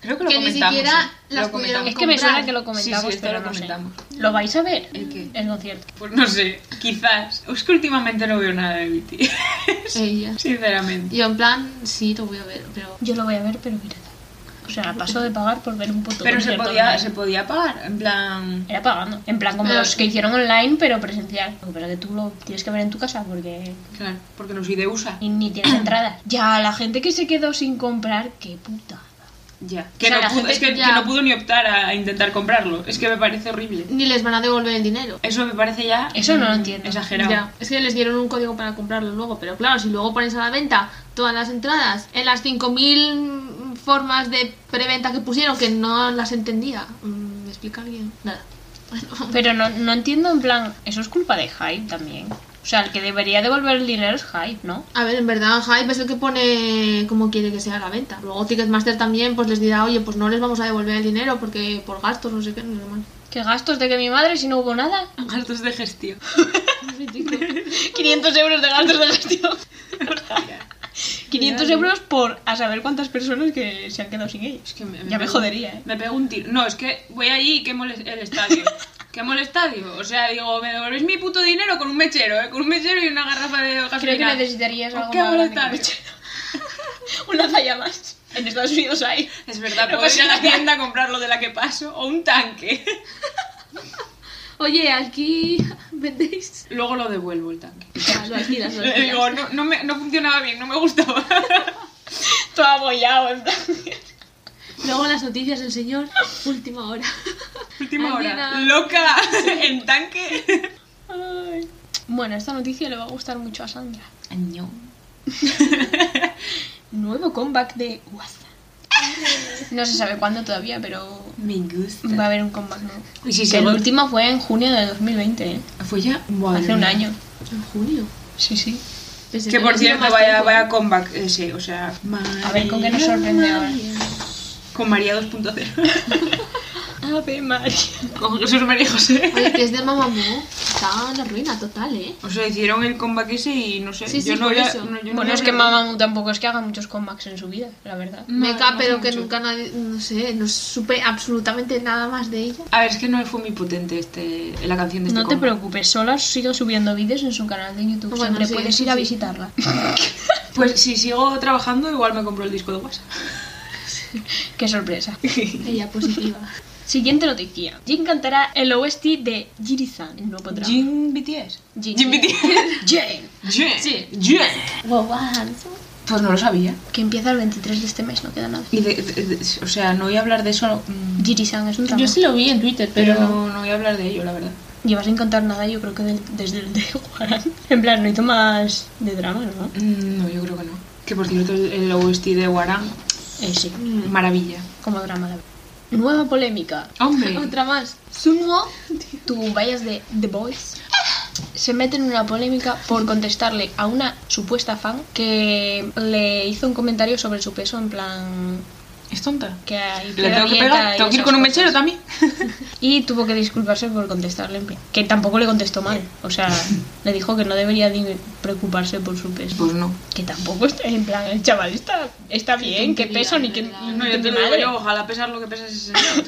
Speaker 2: Creo que lo
Speaker 1: Que ni
Speaker 2: comentamos.
Speaker 1: siquiera
Speaker 2: ¿eh?
Speaker 1: las pudieron
Speaker 2: Lo comentamos.
Speaker 3: Es que me
Speaker 1: comprar.
Speaker 3: suena que lo comentamos,
Speaker 2: Sí, sí, esto
Speaker 3: pero
Speaker 2: lo
Speaker 3: no sé.
Speaker 2: comentamos.
Speaker 3: ¿Lo vais a ver?
Speaker 2: ¿El qué?
Speaker 3: El concierto.
Speaker 2: Pues no sé, quizás. Es que últimamente no veo nada de BTS.
Speaker 1: Ella.
Speaker 2: [LAUGHS] Sinceramente.
Speaker 1: Yo en plan, sí, lo voy a ver, pero...
Speaker 3: Yo lo voy a ver, pero mira. O sea, paso de pagar por ver un puto
Speaker 2: Pero se
Speaker 3: concierto
Speaker 2: podía,
Speaker 3: online.
Speaker 2: se Ah, podía pagar. En plan.
Speaker 3: Era pagando. En plan, como
Speaker 1: Pero-
Speaker 3: los que hicieron online, pero presencial. Lo que pasa es que tú lo tienes que ver en tu casa porque
Speaker 2: Claro, porque no soy de USA.
Speaker 3: ni,
Speaker 2: [CLEARS THROAT]
Speaker 3: ni tienes entradas. Ya, la gente que se quedó sin comprar, qué puta.
Speaker 2: Ya. Que,
Speaker 3: O sea,
Speaker 2: no
Speaker 3: la
Speaker 2: pudo,
Speaker 3: gente-
Speaker 2: es que, que
Speaker 1: ya.
Speaker 2: no pudo ni optar a, a intentar comprarlo. Es que me parece horrible.
Speaker 1: Ni les van a devolver el dinero.
Speaker 2: Eso me parece ya.
Speaker 3: Eso no lo
Speaker 2: mm,
Speaker 3: entiendo.
Speaker 2: Exagerado.
Speaker 1: Ya. Es que les dieron un código para comprarlo luego, pero claro, si luego pones a la venta todas las entradas en las 5.000 formas de preventa que pusieron que no las entendía. Mm, ¿Me explica alguien? Nada.
Speaker 3: Pero no, no entiendo, en plan, eso es culpa de Hype también. O sea, el que debería devolver el dinero es Hype, ¿no?
Speaker 1: A ver, en verdad Hype es el que pone cómo quiere que sea la venta. Luego Ticketmaster también pues les dirá, oye, pues no les vamos a devolver el dinero porque por gastos, no sé qué, no sé mal.
Speaker 3: ¿Qué gastos de que mi madre si no hubo [LAUGHS] nada?
Speaker 2: [LAUGHS] Gastos de gestión.
Speaker 3: 500 euros de gastos de [LAUGHS] gestión. 500 euros por a saber cuántas personas que se han quedado sin ellos.
Speaker 2: Es que
Speaker 3: Ya me
Speaker 2: pego-
Speaker 3: jodería, ¿eh?
Speaker 2: Me pego un tiro. No, es que voy allí y quemo el, el [LAUGHS] estadio. quemo el estadio. O sea, digo, me devolvéis mi puto dinero con un mechero, ¿eh? Con un mechero y una garrafa de gasolina.
Speaker 3: Creo que necesitarías algo
Speaker 2: Quemo
Speaker 3: más
Speaker 2: el
Speaker 3: grande que un
Speaker 2: estadio.
Speaker 3: mechero. [LAUGHS] Una talla más. En Estados Unidos hay.
Speaker 2: Es verdad,
Speaker 3: No
Speaker 2: puedo ir
Speaker 3: pasa
Speaker 2: a la
Speaker 3: nada.
Speaker 2: tienda a comprar lo de la que paso o un tanque.
Speaker 1: [LAUGHS] Oye, aquí [LAUGHS] vendéis.
Speaker 2: Luego lo devuelvo el tanque.
Speaker 1: Ya, lo alquilas, [LAUGHS] lo
Speaker 2: [LAUGHS] Le
Speaker 1: alquilas.
Speaker 2: digo, no, no, me, no funcionaba bien, no me gustaba. [LAUGHS]
Speaker 3: Todo abollado, en plan.
Speaker 1: Luego en las noticias el señor, última hora.
Speaker 2: Última
Speaker 1: Alguien
Speaker 2: hora.
Speaker 1: ha-
Speaker 2: Loca [LAUGHS] en tanque.
Speaker 3: Ay. Bueno, esta noticia le va a gustar mucho a Sandra.
Speaker 2: Año.
Speaker 3: Nuevo comeback de WhatsApp. No se sabe cuándo todavía, pero
Speaker 2: Me gusta.
Speaker 3: va a haber un comeback nuevo.
Speaker 2: Y si
Speaker 3: Que el
Speaker 2: sigo-
Speaker 3: último fue en junio de 2020, ¿eh?
Speaker 2: Fue ya
Speaker 3: hace un año.
Speaker 1: En junio.
Speaker 3: Sí, sí.
Speaker 1: Pensé
Speaker 2: Que por
Speaker 1: había sido
Speaker 2: cierto,
Speaker 1: más
Speaker 2: vaya,
Speaker 1: tiempo.
Speaker 2: vaya comeback ese, o sea.
Speaker 3: A ver, ¿con qué nos sorprende ahora?
Speaker 2: Con María 2.0.
Speaker 3: Ave María.
Speaker 2: Con Jesús María José.
Speaker 1: Oye, que es de Mamamoo. Está en la ruina total, ¿eh?
Speaker 2: O sea, hicieron el comeback ese y no sé.
Speaker 1: Sí, sí,
Speaker 2: yo no
Speaker 1: por
Speaker 2: había-
Speaker 1: eso.
Speaker 2: no, yo no
Speaker 3: Bueno,
Speaker 2: había-
Speaker 3: es que Mamamoo tampoco es que haga muchos comebacks en su vida, la verdad.
Speaker 2: No,
Speaker 1: Meca,
Speaker 2: no
Speaker 1: pero
Speaker 2: sé
Speaker 1: que
Speaker 2: mucho.
Speaker 1: nunca nadie, no sé, no supe absolutamente nada más de ella.
Speaker 2: A ver, es que no fue muy potente este, la canción de este
Speaker 3: No te
Speaker 2: comeback.
Speaker 3: preocupes, Sola sigue subiendo vídeos en su canal de YouTube.
Speaker 1: Bueno,
Speaker 3: Siempre
Speaker 1: sí,
Speaker 3: puedes
Speaker 1: eso
Speaker 3: ir a
Speaker 1: sí.
Speaker 3: visitarla. [LAUGHS]
Speaker 2: Pues si sigo trabajando, igual me compro el disco de WhatsApp.
Speaker 3: Qué sorpresa.
Speaker 1: Ella positiva. [LAUGHS]
Speaker 3: Siguiente noticia. Jin cantará el OST de Jiri-san, el nuevo drama.
Speaker 2: Jin BTS.
Speaker 3: Jin-
Speaker 2: Jin BTS.
Speaker 3: Jin.
Speaker 2: Jin.
Speaker 3: Sí.
Speaker 2: Jin.
Speaker 1: wow,
Speaker 2: Pues no lo sabía.
Speaker 3: Que empieza el 23 de este mes, no queda nada.
Speaker 2: Y de- de- de- o sea, no voy a hablar de eso. mm,
Speaker 3: Jiri-san es un drama.
Speaker 1: Yo sí lo vi en Twitter,
Speaker 2: Pero
Speaker 1: pero...
Speaker 2: no, no voy a hablar de ello, la verdad.
Speaker 3: Llevas sin contar nada, yo creo que del- desde el de [LAUGHS] Juan. En plan, no hizo más de drama, ¿no?
Speaker 2: Mm, No, yo creo que no. Que por cierto, el el OST de Warang,
Speaker 3: Eh, sí,
Speaker 1: Mm.
Speaker 2: maravilla.
Speaker 3: como drama, la verdad. Nueva polémica.
Speaker 2: Hombre,
Speaker 1: Otra más.
Speaker 3: Sunwo, tu vayas de The Boys, se mete en una polémica por contestarle a una supuesta fan que le hizo un comentario sobre su peso, en plan
Speaker 2: es tonta.
Speaker 3: que hay
Speaker 2: Le tengo que pegar, tengo que ir con un mechero también.
Speaker 3: Y tuvo que disculparse por contestarle, en plan, que tampoco le contestó mal. O sea, le dijo que no debería de preocuparse por su peso.
Speaker 2: Pues no.
Speaker 3: Que tampoco está en plan, el chaval está, está bien, que
Speaker 1: tontería,
Speaker 3: peso ni
Speaker 1: de
Speaker 3: que.
Speaker 1: verdad.
Speaker 3: ni
Speaker 2: No,
Speaker 3: que
Speaker 2: yo te
Speaker 3: mi
Speaker 2: lo digo
Speaker 3: madre.
Speaker 2: yo, ojalá pesar lo que pesa ese señor.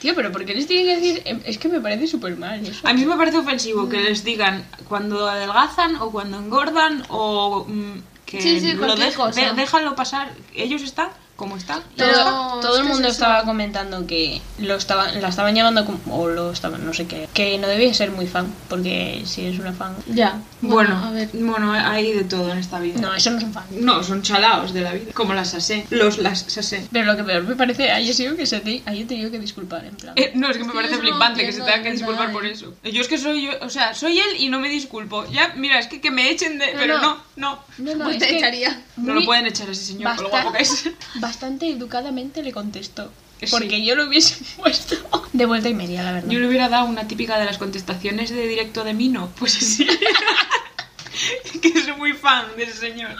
Speaker 3: Tío, pero ¿por qué les tienen que decir? Em, Es que me parece súper mal
Speaker 2: [LAUGHS]
Speaker 3: eso.
Speaker 2: A mí me parece ofensivo que les digan cuando adelgazan o cuando engordan o mm, que
Speaker 1: Sí, sí,
Speaker 2: lo
Speaker 1: cualquier
Speaker 2: de-
Speaker 1: cosa.
Speaker 2: de- déjalo pasar. Ellos están como están.
Speaker 1: Pero
Speaker 3: todo, todo
Speaker 1: es
Speaker 3: el
Speaker 1: que
Speaker 3: mundo
Speaker 1: es eso.
Speaker 3: estaba comentando que lo estaban, la estaban llamando como, o lo estaban, no sé qué, que no debía ser muy fan, porque si eres una fan.
Speaker 1: Ya.
Speaker 2: Bueno,
Speaker 1: a ver.
Speaker 2: bueno, hay de todo en esta vida.
Speaker 3: No, eso no es un fan.
Speaker 2: No, son chalaos de la vida. Como las sasé. Los las sasé.
Speaker 3: Pero lo que peor me parece haya sido que se te haya tenido que disculpar, en plan.
Speaker 2: Eh, no, es que me
Speaker 1: que
Speaker 2: parece
Speaker 1: yo no
Speaker 2: flipante que se
Speaker 1: entiendo
Speaker 2: tenga que
Speaker 1: nada,
Speaker 2: disculpar por
Speaker 1: eh.
Speaker 2: eso. Yo es que soy yo, o sea, soy él y no me disculpo. Ya, mira, es que, que me echen de.
Speaker 1: No,
Speaker 2: pero
Speaker 1: no.
Speaker 2: no, no.
Speaker 3: No,
Speaker 1: Pues
Speaker 3: es
Speaker 1: te
Speaker 3: que
Speaker 1: echaría.
Speaker 2: No
Speaker 3: muy-
Speaker 2: lo pueden echar a ese señor, por lo
Speaker 3: basta-
Speaker 2: guapo que es.
Speaker 3: Bastante educadamente le contestó.
Speaker 2: Sí.
Speaker 3: Porque yo lo hubiese [LAUGHS] puesto de vuelta y media, la verdad.
Speaker 2: Yo le hubiera dado una típica de las contestaciones de directo de Mino. Pues sí. [LAUGHS] que soy muy fan de ese señor.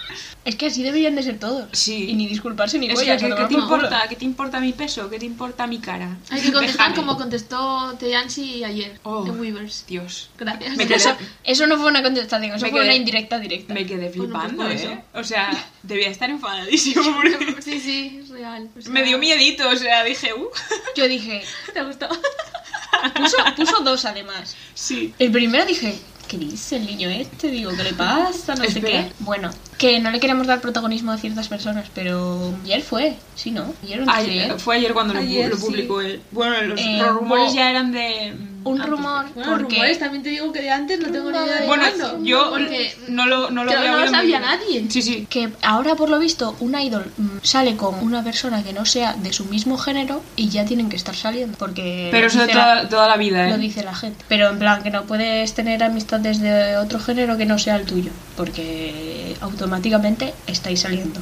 Speaker 3: Es que así deberían de ser todos.
Speaker 2: Sí.
Speaker 3: Y ni disculparse ni
Speaker 2: Es
Speaker 3: pollas,
Speaker 2: que,
Speaker 3: a
Speaker 2: ¿qué,
Speaker 3: tomar
Speaker 2: te
Speaker 3: por culo.
Speaker 2: importa? ¿Qué te importa mi peso? ¿Qué te importa mi cara?
Speaker 1: Hay que contestar
Speaker 2: Déjame.
Speaker 1: como contestó Teyansi ayer
Speaker 2: Oh.
Speaker 1: en Weavers.
Speaker 2: Dios.
Speaker 1: Gracias.
Speaker 2: Me
Speaker 3: Eso,
Speaker 2: quedé-
Speaker 3: eso no fue una contestación, eso
Speaker 2: Me
Speaker 3: fue
Speaker 2: quedé-
Speaker 3: una indirecta directa.
Speaker 2: Me quedé
Speaker 1: Bueno, pues
Speaker 2: flipando,
Speaker 1: por
Speaker 2: ¿eh? O sea, debía
Speaker 1: [LAUGHS]
Speaker 2: estar enfadadísimo. porque
Speaker 1: Sí, sí, es real. O sea,
Speaker 2: Me dio miedito, o sea, dije, uh.
Speaker 3: Yo dije,
Speaker 1: ¿Te gustó?
Speaker 3: puso, puso dos además.
Speaker 2: Sí.
Speaker 3: El primero dije, ¿qué dice el niño este? Digo, ¿qué le pasa? No sé
Speaker 2: Espera.
Speaker 3: qué. Bueno, que no le queremos dar protagonismo a ciertas personas, pero ayer fue, sí, ¿no? Ayer o antes de
Speaker 2: Ayer-
Speaker 3: ayer.
Speaker 2: fue ayer cuando lo pu-
Speaker 1: Ayer,
Speaker 2: lo,
Speaker 1: sí.
Speaker 2: publicó él. Bueno, los,
Speaker 3: Eh,
Speaker 2: los rumores
Speaker 3: hubo
Speaker 2: ya eran de. mm,
Speaker 3: Un
Speaker 2: antes.
Speaker 3: rumor,
Speaker 1: Bueno,
Speaker 3: porque...
Speaker 2: este
Speaker 1: rumores, también te digo que de antes no tengo ni idea de
Speaker 2: Bueno,
Speaker 1: cuándo.
Speaker 2: yo
Speaker 1: Porque-
Speaker 2: no lo, no lo
Speaker 1: Creo
Speaker 2: había
Speaker 1: que no lo
Speaker 2: oído muy
Speaker 1: sabía
Speaker 2: bien.
Speaker 1: nadie.
Speaker 2: Sí, sí.
Speaker 3: que ahora por lo visto una idol mm, sale con una persona que no sea de su mismo género y ya tienen que estar saliendo porque
Speaker 2: Pero eso de
Speaker 3: dice la-
Speaker 2: toda, toda la vida, ¿eh?
Speaker 3: lo dice la gente pero en plan que no puedes tener amistades de otro género que no sea el tuyo porque automáticamente
Speaker 2: [LAUGHS]
Speaker 3: estáis saliendo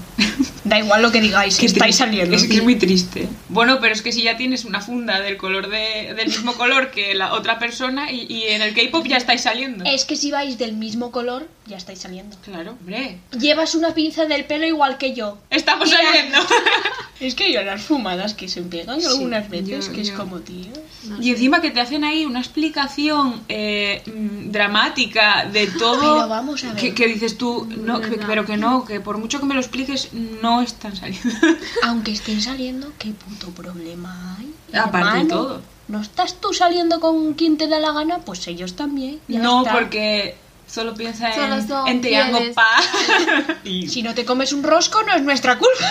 Speaker 3: da igual lo que digáis
Speaker 2: Que
Speaker 3: estáis
Speaker 2: tri-
Speaker 3: saliendo
Speaker 2: Es que es muy triste. Bueno, pero es que si ya tienes una funda del color de, del mismo color que la otra persona y, y en el K-pop ya estáis saliendo.
Speaker 3: Es que si vais del mismo color, ya estáis saliendo.
Speaker 2: Claro, hombre.
Speaker 3: Llevas una pinza del pelo igual que yo.
Speaker 2: Estamos
Speaker 3: Mira.
Speaker 2: saliendo. [LAUGHS]
Speaker 3: Es que yo las fumadas que se pegan
Speaker 2: Sí,
Speaker 3: algunas veces,
Speaker 2: yo-
Speaker 3: que es
Speaker 2: yo-
Speaker 3: como, tío.
Speaker 1: No
Speaker 2: Y
Speaker 1: sé.
Speaker 2: encima que te hacen ahí una explicación eh, mm, dramática de todo.
Speaker 3: Ah, Pero vamos a ver.
Speaker 2: Que, que dices tú, no, que-
Speaker 1: Verdad.
Speaker 2: pero que no, que por mucho que me lo expliques, no están saliendo.
Speaker 3: Aunque estén saliendo, ¿qué puto problema hay?
Speaker 2: Aparte de
Speaker 3: hermano?
Speaker 2: todo.
Speaker 3: ¿No estás tú saliendo con quien te da la gana? Pues ellos también. ya
Speaker 2: no,
Speaker 3: está.
Speaker 2: porque solo piensa
Speaker 1: Solo
Speaker 2: en,
Speaker 1: son
Speaker 2: en te hago
Speaker 1: fieles.
Speaker 3: [LAUGHS]
Speaker 2: pa.
Speaker 3: Si no te comes un rosco, no es nuestra culpa.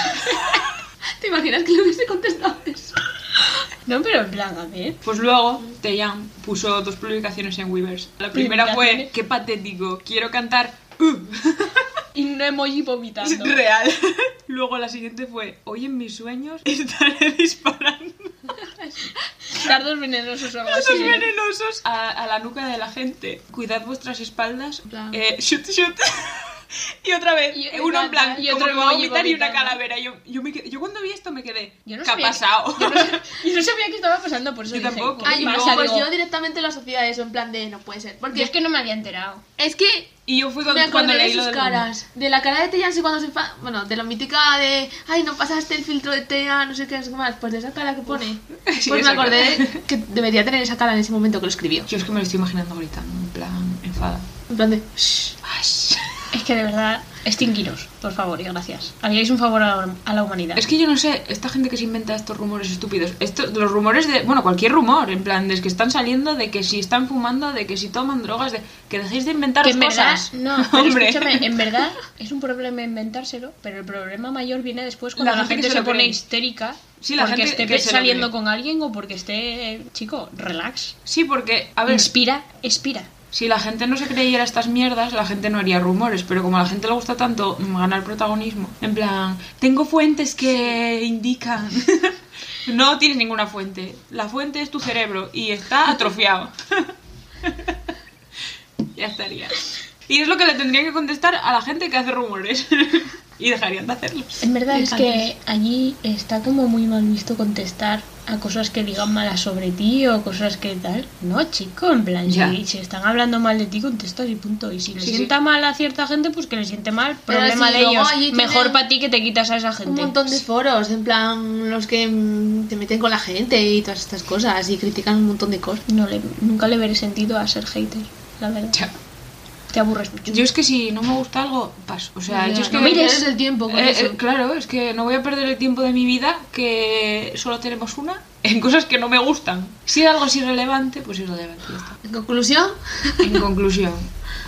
Speaker 1: [LAUGHS] ¿Te imaginas que le hubiese contestado eso?
Speaker 3: No, pero en plan, a ver.
Speaker 2: Pues luego, Taeyang puso dos publicaciones en Weavers. La primera fue,
Speaker 3: Publicaciones.
Speaker 2: qué patético, quiero cantar. uh".
Speaker 3: Y un emoji vomitando.
Speaker 2: Es [LAUGHS] real. Luego la siguiente fue, hoy en mis sueños [LAUGHS] estaré disparando
Speaker 3: Dardos venenosos o algo
Speaker 2: esos
Speaker 3: así. [LAUGHS]
Speaker 2: venenosos a, a la nuca de la gente. Cuidad vuestras espaldas.
Speaker 1: En plan.
Speaker 2: Eh, shoot, shoot. [LAUGHS] Y otra vez,
Speaker 3: Y-
Speaker 2: eh, uno en plan,
Speaker 3: y
Speaker 2: como
Speaker 3: otro
Speaker 2: que va a
Speaker 3: emoji
Speaker 2: vomitar y una
Speaker 3: vomitando.
Speaker 2: calavera. Yo, yo, me quedé- yo cuando vi esto me quedé,
Speaker 3: Yo no
Speaker 2: ¿qué ha
Speaker 3: sabía que-
Speaker 2: pasado?
Speaker 3: Yo no, sab- yo no sabía que estaba pasando, por eso
Speaker 2: Yo
Speaker 3: dije,
Speaker 2: tampoco.
Speaker 3: ¿qué
Speaker 1: Ah, y
Speaker 3: pasa?
Speaker 1: luego, pues
Speaker 3: Digo,
Speaker 1: yo directamente lo asocié a eso, en plan de no puede ser. Porque
Speaker 3: yo es que no me había enterado.
Speaker 1: es que
Speaker 2: Y yo fui
Speaker 1: me
Speaker 2: cuando, cuando
Speaker 1: acordé de
Speaker 2: leí lo
Speaker 1: sus
Speaker 2: del-
Speaker 1: caras. De la cara de Teyan, sí, cuando se enfada. Bueno, de la mítica de. Ay, no pasaste el filtro de Teyan, no sé qué, no sé qué más. Pues de esa cara que pone. [LAUGHS] pues
Speaker 2: Sí,
Speaker 1: me
Speaker 2: esa
Speaker 1: acordé
Speaker 2: cara. [LAUGHS]
Speaker 1: que debería tener esa cara en ese momento que lo escribió.
Speaker 2: Yo es que me lo estoy imaginando gritando, en plan, enfada.
Speaker 1: En plan de. "Shh".
Speaker 2: Ash.
Speaker 3: Es que de verdad, extinguiros, por favor, y gracias. Haríais un favor a la, a la humanidad.
Speaker 2: Es que yo no sé, esta gente que se inventa estos rumores estúpidos, estos, los rumores de, bueno, cualquier rumor, en plan, de que están saliendo, de que si están fumando, de que si toman drogas, de que dejéis de inventar
Speaker 3: que en verdad,
Speaker 2: cosas. [LAUGHS]
Speaker 3: no, pero
Speaker 2: Hombre.
Speaker 1: em-
Speaker 3: escúchame, en verdad es un problema inventárselo, pero el problema mayor viene después cuando la, gente,
Speaker 2: que
Speaker 3: se,
Speaker 2: se lo
Speaker 3: pone
Speaker 2: cree.
Speaker 3: histérica
Speaker 2: Sí, la
Speaker 3: porque
Speaker 2: gente
Speaker 3: esté
Speaker 2: que se lo
Speaker 3: saliendo
Speaker 2: cree.
Speaker 3: con alguien o porque esté, eh, chico, relax,
Speaker 2: Sí, porque, a ver,
Speaker 3: inspira, expira.
Speaker 2: si la gente no se creyera estas mierdas, la gente no haría rumores, pero como a la gente le gusta tanto mm, ganar protagonismo, en plan, tengo fuentes que indican. [LAUGHS] no tienes ninguna fuente. La fuente es tu cerebro y está atrofiado. [LAUGHS] ya estaría. Y es lo que le tendrían que contestar a la gente que hace rumores. [LAUGHS] y dejarían de hacerlos.
Speaker 3: En verdad
Speaker 1: Me
Speaker 3: es
Speaker 1: encanta
Speaker 3: que allí está como muy mal visto contestar a cosas que digan malas sobre ti o cosas que tal. No, chico, en plan,
Speaker 2: Ya.
Speaker 3: si, si están hablando mal de ti, contestas y punto. Y si le
Speaker 2: Sí, sí.
Speaker 3: sienta mal a cierta gente, pues que le siente mal.
Speaker 1: Pero
Speaker 3: Problema
Speaker 1: si
Speaker 3: de
Speaker 1: luego
Speaker 3: ellos.
Speaker 1: allí
Speaker 3: Mejor
Speaker 1: tienen
Speaker 3: para ti que te quitas a esa gente.
Speaker 1: Un montón de foros, en plan los que mm, te meten con la gente y todas estas cosas y critican un montón de cosas.
Speaker 3: No le, nunca le veré sentido a ser hater, la verdad.
Speaker 2: Ya.
Speaker 3: Te aburres mucho.
Speaker 2: Yo es que si no me gusta algo, paso. O sea, yo es que
Speaker 1: no mires el tiempo con
Speaker 2: Eh,
Speaker 1: eso.
Speaker 2: eh, claro, es que no voy a perder el tiempo de mi vida, que solo tenemos una, en cosas que no me gustan. Si algo es irrelevante, pues irrelevante. ya está.
Speaker 1: En conclusión,
Speaker 2: En conclusión,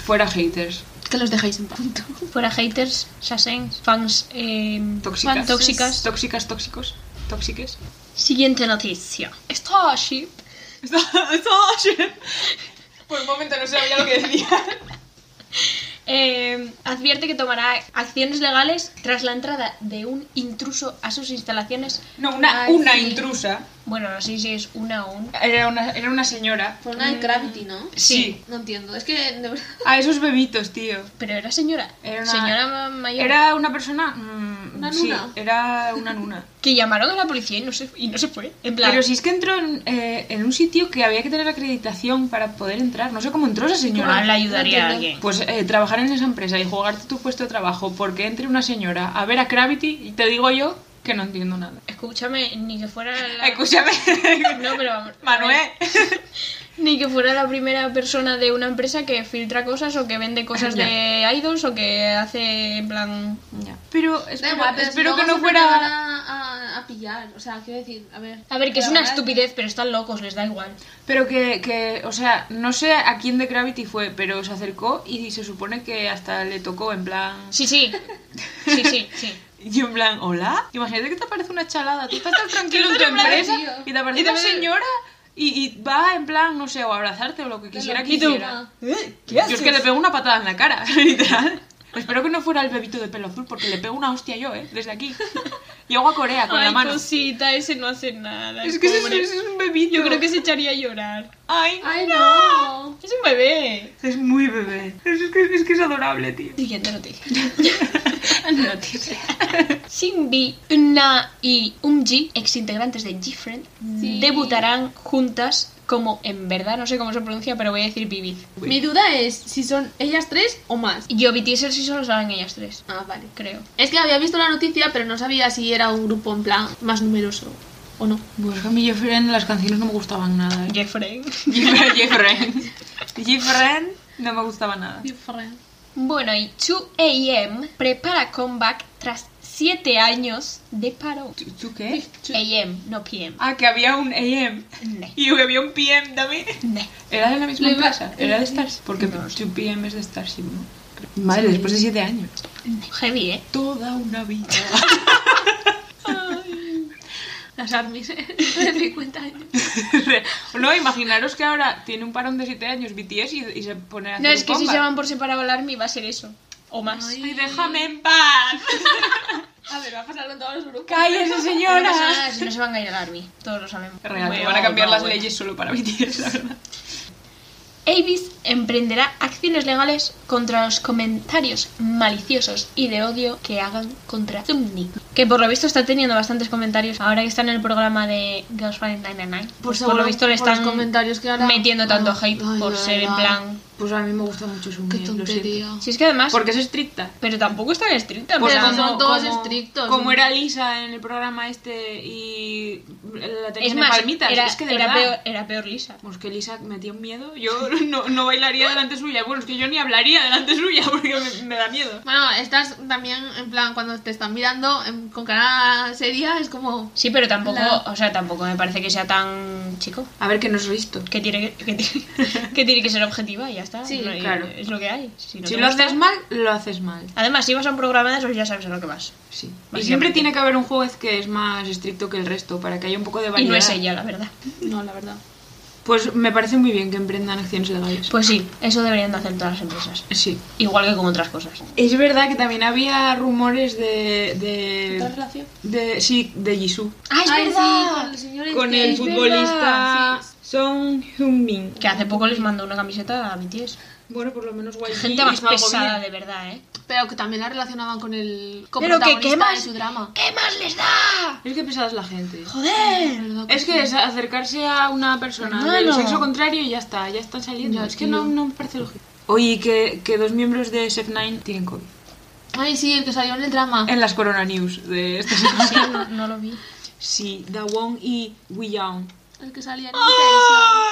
Speaker 2: fuera haters,
Speaker 1: que los dejéis en paz.
Speaker 3: Fuera haters, sasens, fans eh,
Speaker 2: Tóxicas.
Speaker 3: fan tóxicas.
Speaker 2: tóxicas, tóxicos, tóxiques.
Speaker 3: Siguiente noticia. Starship
Speaker 2: Por un momento no sabía lo que decía.
Speaker 3: Eh, advierte que tomará acciones legales tras la entrada de un intruso a sus instalaciones.
Speaker 2: No, una,
Speaker 1: Ay,
Speaker 2: una
Speaker 1: sí.
Speaker 2: intrusa.
Speaker 3: Bueno, no sé si es una o un.
Speaker 2: Era una, era una señora.
Speaker 1: Fue una de Gravity, ¿no?
Speaker 2: Sí.
Speaker 1: No entiendo, es que de verdad.
Speaker 2: A esos bebitos, tío.
Speaker 3: Pero era señora.
Speaker 2: Era una-
Speaker 3: Señora ma- mayor.
Speaker 2: Era una persona... mm,
Speaker 1: Una
Speaker 2: sí,
Speaker 1: nuna.
Speaker 2: era una nuna.
Speaker 3: Que llamaron a la policía y no se, y no se fue. En plan.
Speaker 2: Pero si es que entró en, eh, en un sitio que había que tener acreditación para poder entrar. No sé cómo entró esa
Speaker 3: Igual le
Speaker 2: señora.
Speaker 3: ayudaría a
Speaker 1: No
Speaker 3: alguien.
Speaker 2: Pues eh, trabajar en esa empresa y jugarte tu puesto de trabajo porque entre una señora a ver a Gravity y te digo yo que no entiendo nada.
Speaker 3: Escúchame, ni que fuera la.
Speaker 2: Escúchame. [LAUGHS]
Speaker 3: [LAUGHS] No, pero vamos. a
Speaker 2: Manuel.
Speaker 3: Ni que fuera la primera persona de una empresa que filtra cosas o que
Speaker 2: [LAUGHS]
Speaker 3: vende cosas de idols o que hace en plan...
Speaker 2: Ya. Pero
Speaker 1: Da
Speaker 2: espero,
Speaker 1: igual, pero
Speaker 2: espero
Speaker 1: si
Speaker 2: que
Speaker 1: luego
Speaker 2: no
Speaker 1: siempre te van
Speaker 2: fuera...
Speaker 1: A, a- a pillar, o sea, quiero decir, a ver.
Speaker 3: A ver, que es
Speaker 1: Pero
Speaker 3: una
Speaker 1: ahora-
Speaker 3: estupidez, pero están locos, les da igual.
Speaker 2: Pero que, que, o sea, no sé a quién de Gravity fue, pero se acercó y se supone que hasta le tocó en plan...
Speaker 3: Sí, sí. Sí, sí, sí.
Speaker 2: Y en plan, ¿hola? Imagínate que te aparece una chalada. Tú estás [LAUGHS] tan tranquilo en tu
Speaker 1: Pero en plan,
Speaker 2: empresa
Speaker 1: tío.
Speaker 2: y te aparece
Speaker 3: Y te
Speaker 2: una
Speaker 3: ve-
Speaker 2: señora y, y va en plan, no sé, o abrazarte o lo que quisiera que
Speaker 1: Y tú,
Speaker 2: hiciera.
Speaker 1: ah,
Speaker 2: Yo es que le pego una patada en la cara, [LAUGHS] literal. Espero que no fuera el bebito de pelo azul porque le pego una hostia yo, ¿eh? Desde aquí. Llego a Corea [LAUGHS] con la mano.
Speaker 3: cosita, ese no hace nada.
Speaker 2: Es que ese, ese es un bebito.
Speaker 3: se echaría a llorar.
Speaker 2: Ay,
Speaker 1: Ay,
Speaker 2: no.
Speaker 1: no.
Speaker 3: Es un bebé.
Speaker 2: Es muy bebé. Es que, es que es adorable, tío.
Speaker 3: Siguiente noticia.
Speaker 2: [LAUGHS] No, tío.
Speaker 3: Sinbi, Na y Umji, ex integrantes de GFriend,
Speaker 1: Sí.
Speaker 3: debutarán juntas como en verdad, no sé cómo se pronuncia, pero voy a decir Vivid.
Speaker 1: Mi duda es si son ellas tres o más.
Speaker 3: Yo BTS sí solo saben ellas tres,
Speaker 1: Ah, vale.
Speaker 3: creo.
Speaker 1: Es que había visto la noticia, pero no sabía si era un grupo en plan más numeroso o no.
Speaker 2: Pues que a mí Jeffren las canciones no me gustaban nada. ¿eh?
Speaker 3: Jeffrey.
Speaker 2: Jeffren, Jeffren. Jeffren no me gustaba nada.
Speaker 3: Bueno, y 2AM prepara comeback tras 7 años de paro.
Speaker 2: ¿Tú, tú qué?
Speaker 3: AM, no PM.
Speaker 2: Ah, que había un AM.
Speaker 3: Ne,
Speaker 2: Y que había un PM también.
Speaker 3: ne.
Speaker 2: ¿Era de la misma
Speaker 1: Lo iba-
Speaker 2: empresa? ¿Era de Stars? Porque
Speaker 3: No lo sé.
Speaker 2: 2PM es de Starship, ¿no? Madre, después de 7 años.
Speaker 3: Heavy, ¿eh?
Speaker 2: Toda una vida.
Speaker 1: Las armies ¿eh? de 50 años.
Speaker 2: [LAUGHS] no, imaginaros que ahora tiene un parón de 7 años BTS y, y se pone a hacer
Speaker 3: No, es
Speaker 2: un
Speaker 3: que si
Speaker 2: comeback.
Speaker 3: se van por separado al ARMY va a ser eso. O más.
Speaker 1: Ay.
Speaker 2: Ay, déjame en paz.
Speaker 1: [LAUGHS] A ver, va a pasar con todos los grupos.
Speaker 2: Cállese,
Speaker 3: No pasa
Speaker 2: señora.
Speaker 3: nada si no se van a ir al ARMY. Todos lo sabemos.
Speaker 2: Real, te
Speaker 3: Bueno,
Speaker 2: van a cambiar
Speaker 3: no,
Speaker 2: las
Speaker 3: bueno.
Speaker 2: leyes solo para BTS, la verdad.
Speaker 3: Avis emprenderá acciones legales contra los comentarios maliciosos y de odio que hagan contra Zumni. Que por lo visto está teniendo bastantes comentarios ahora que está en el programa de Girls Friday Night Night. Pues por lo visto le
Speaker 1: por los
Speaker 3: están
Speaker 1: comentarios que ahora-
Speaker 3: metiendo tanto
Speaker 1: Ah,
Speaker 3: hate
Speaker 1: ay,
Speaker 3: por
Speaker 1: la
Speaker 3: ser
Speaker 1: verdad.
Speaker 3: en plan...
Speaker 2: Pues a mí me gusta mucho su
Speaker 1: Qué tontería.
Speaker 3: Si es que además...
Speaker 2: Porque es estricta.
Speaker 3: Pero tampoco es tan estricta.
Speaker 1: Pues
Speaker 3: en
Speaker 1: como-
Speaker 3: plan,
Speaker 1: son todos estrictos.
Speaker 2: Como era Lisa en el programa este y la tenían
Speaker 3: es
Speaker 2: en
Speaker 3: más,
Speaker 2: palmitas.
Speaker 3: era,
Speaker 2: es que de
Speaker 3: era
Speaker 2: verdad.
Speaker 3: peor, era peor Lisa.
Speaker 2: Pues que Lisa metía un miedo. Yo [LAUGHS] no, no bailaría delante suya. Bueno, es que yo ni hablaría delante suya [LAUGHS] porque me, me da miedo.
Speaker 1: Bueno, estás también en plan cuando te están mirando en- con cara seria, es como.
Speaker 3: Sí, pero tampoco...
Speaker 1: La-
Speaker 3: O sea, tampoco me parece que sea tan chico.
Speaker 2: A ver, que no es listo.
Speaker 3: que tiene que, que tiene, que tiene que ser objetiva y ya está.
Speaker 1: Sí,
Speaker 3: y-
Speaker 2: claro.
Speaker 3: Es lo que hay. Si, no
Speaker 2: Si
Speaker 3: te
Speaker 2: lo
Speaker 3: gusta-
Speaker 2: haces mal, lo haces mal.
Speaker 3: Además, si vas a un programa de esos ya sabes a lo que vas.
Speaker 2: Sí. Y
Speaker 3: Básicamente.
Speaker 2: siempre tiene que haber un juez que es más estricto que el resto para que haya un poco de variedad.
Speaker 3: Y no es ella, la verdad.
Speaker 1: No, la verdad.
Speaker 2: Pues me parece muy bien que emprendan acciones legales.
Speaker 3: Pues sí, eso deberían de hacer todas las empresas.
Speaker 2: Sí.
Speaker 3: Igual que con otras cosas.
Speaker 2: Es verdad que también había rumores de. de,
Speaker 1: relación?
Speaker 2: de sí, de Jisoo.
Speaker 3: ¡Ah, es
Speaker 1: Ay, sí, con
Speaker 3: verdad!
Speaker 1: el señor
Speaker 2: Con
Speaker 1: este,
Speaker 2: el
Speaker 1: es
Speaker 2: futbolista
Speaker 1: verdad, sí.
Speaker 2: Song Heung-min.
Speaker 3: Que hace poco les mandó una camiseta a BTS.
Speaker 2: Bueno, por lo menos YG
Speaker 3: Gente más
Speaker 2: hizo algo
Speaker 3: pesada,
Speaker 2: bien.
Speaker 3: de verdad, ¿eh?
Speaker 1: Pero que también la relacionaban con el
Speaker 3: Pero que, ¿qué
Speaker 1: coprotagonista
Speaker 3: más?
Speaker 1: de su drama.
Speaker 3: ¿Qué más les da?
Speaker 2: Es que pesada es la gente.
Speaker 3: ¡Joder!
Speaker 1: ¿Verdad
Speaker 2: Es que es acercarse a una persona del
Speaker 3: Hermano.
Speaker 2: sexo contrario y ya está, ya están saliendo.
Speaker 1: Ya,
Speaker 2: es que
Speaker 1: tío.
Speaker 2: no, no me parece lógico. Oye, que, que dos miembros de SF9 tienen COVID.
Speaker 1: Ay, sí, el que salió en el drama.
Speaker 2: En las Corona News de esta semana.
Speaker 3: Sí, no, no lo vi.
Speaker 2: Sí, Da Wong y Wee Young.
Speaker 1: El que salía en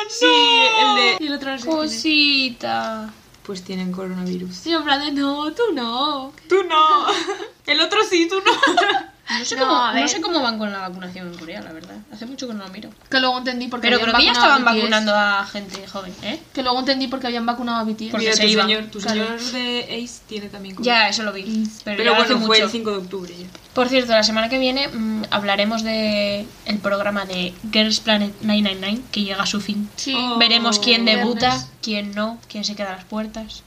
Speaker 2: Sí, el de...
Speaker 1: Invitation. Y el otro no sé quién
Speaker 3: Pues
Speaker 1: es.
Speaker 3: Cosita.
Speaker 2: Pues tienen coronavirus.
Speaker 1: Sí, en plan de no, tú no.
Speaker 2: Tú no. [LAUGHS] El otro sí, tú no.
Speaker 3: No sé,
Speaker 1: No,
Speaker 3: cómo,
Speaker 1: a ver.
Speaker 3: no sé cómo van con la vacunación en Corea, la verdad. Hace mucho que no lo miro.
Speaker 1: Que luego entendí porque
Speaker 3: Pero
Speaker 1: habían
Speaker 3: creo que ya
Speaker 1: vacunado
Speaker 3: estaban
Speaker 1: a BTS.
Speaker 3: vacunando a gente joven, ¿eh?
Speaker 1: Que luego entendí porque habían vacunado a BTS.
Speaker 3: Porque
Speaker 2: Mira,
Speaker 3: se
Speaker 2: tu
Speaker 3: iba.
Speaker 2: señor, tu
Speaker 1: Claro.
Speaker 2: señor de Ace tiene también COVID.
Speaker 3: Ya, eso lo
Speaker 1: Mm.
Speaker 3: vi. Pero,
Speaker 2: Pero,
Speaker 3: ya hace
Speaker 2: bueno, fue
Speaker 3: mucho.
Speaker 2: el 5 de octubre ya.
Speaker 3: Por cierto, la semana que viene mm, hablaremos de el programa de Girls Planet 999 que llega a su fin.
Speaker 1: Sí.
Speaker 2: Oh.
Speaker 3: Veremos quién debuta,
Speaker 1: Viernes.
Speaker 3: quién no, quién se queda a las puertas.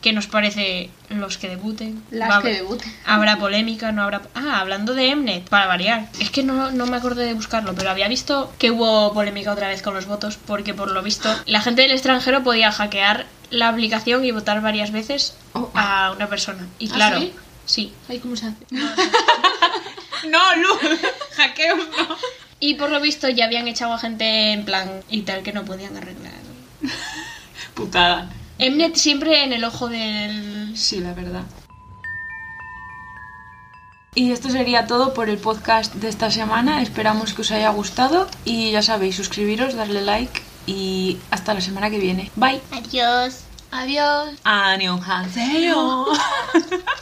Speaker 3: ¿Qué nos parece los que debuten?
Speaker 1: Las
Speaker 3: Va-
Speaker 1: que debuten.
Speaker 3: Habrá polémica, no habrá. Ah, hablando de Mnet, para variar. Es que no, no me acordé de buscarlo, pero había visto que hubo polémica otra vez con los votos, porque por lo visto la gente del extranjero podía hackear la aplicación y votar varias veces
Speaker 2: Oh.
Speaker 3: a una persona. Y
Speaker 1: ¿Ah,
Speaker 3: claro,
Speaker 1: sí?
Speaker 3: sí.
Speaker 1: Ay, ¿cómo se hace?
Speaker 2: No, Lu. Hackeos no.
Speaker 3: Y por lo visto ya habían echado a gente en plan y tal que no podían arreglar.
Speaker 2: Putada.
Speaker 3: Mnet siempre en el ojo del.
Speaker 2: Sí, la verdad. Y esto sería todo por el podcast de esta semana. Esperamos que os haya gustado y ya sabéis, suscribiros, darle like y hasta la semana que viene. Bye.
Speaker 3: Adiós.
Speaker 1: Adiós.
Speaker 2: [LAUGHS] 안녕하세요.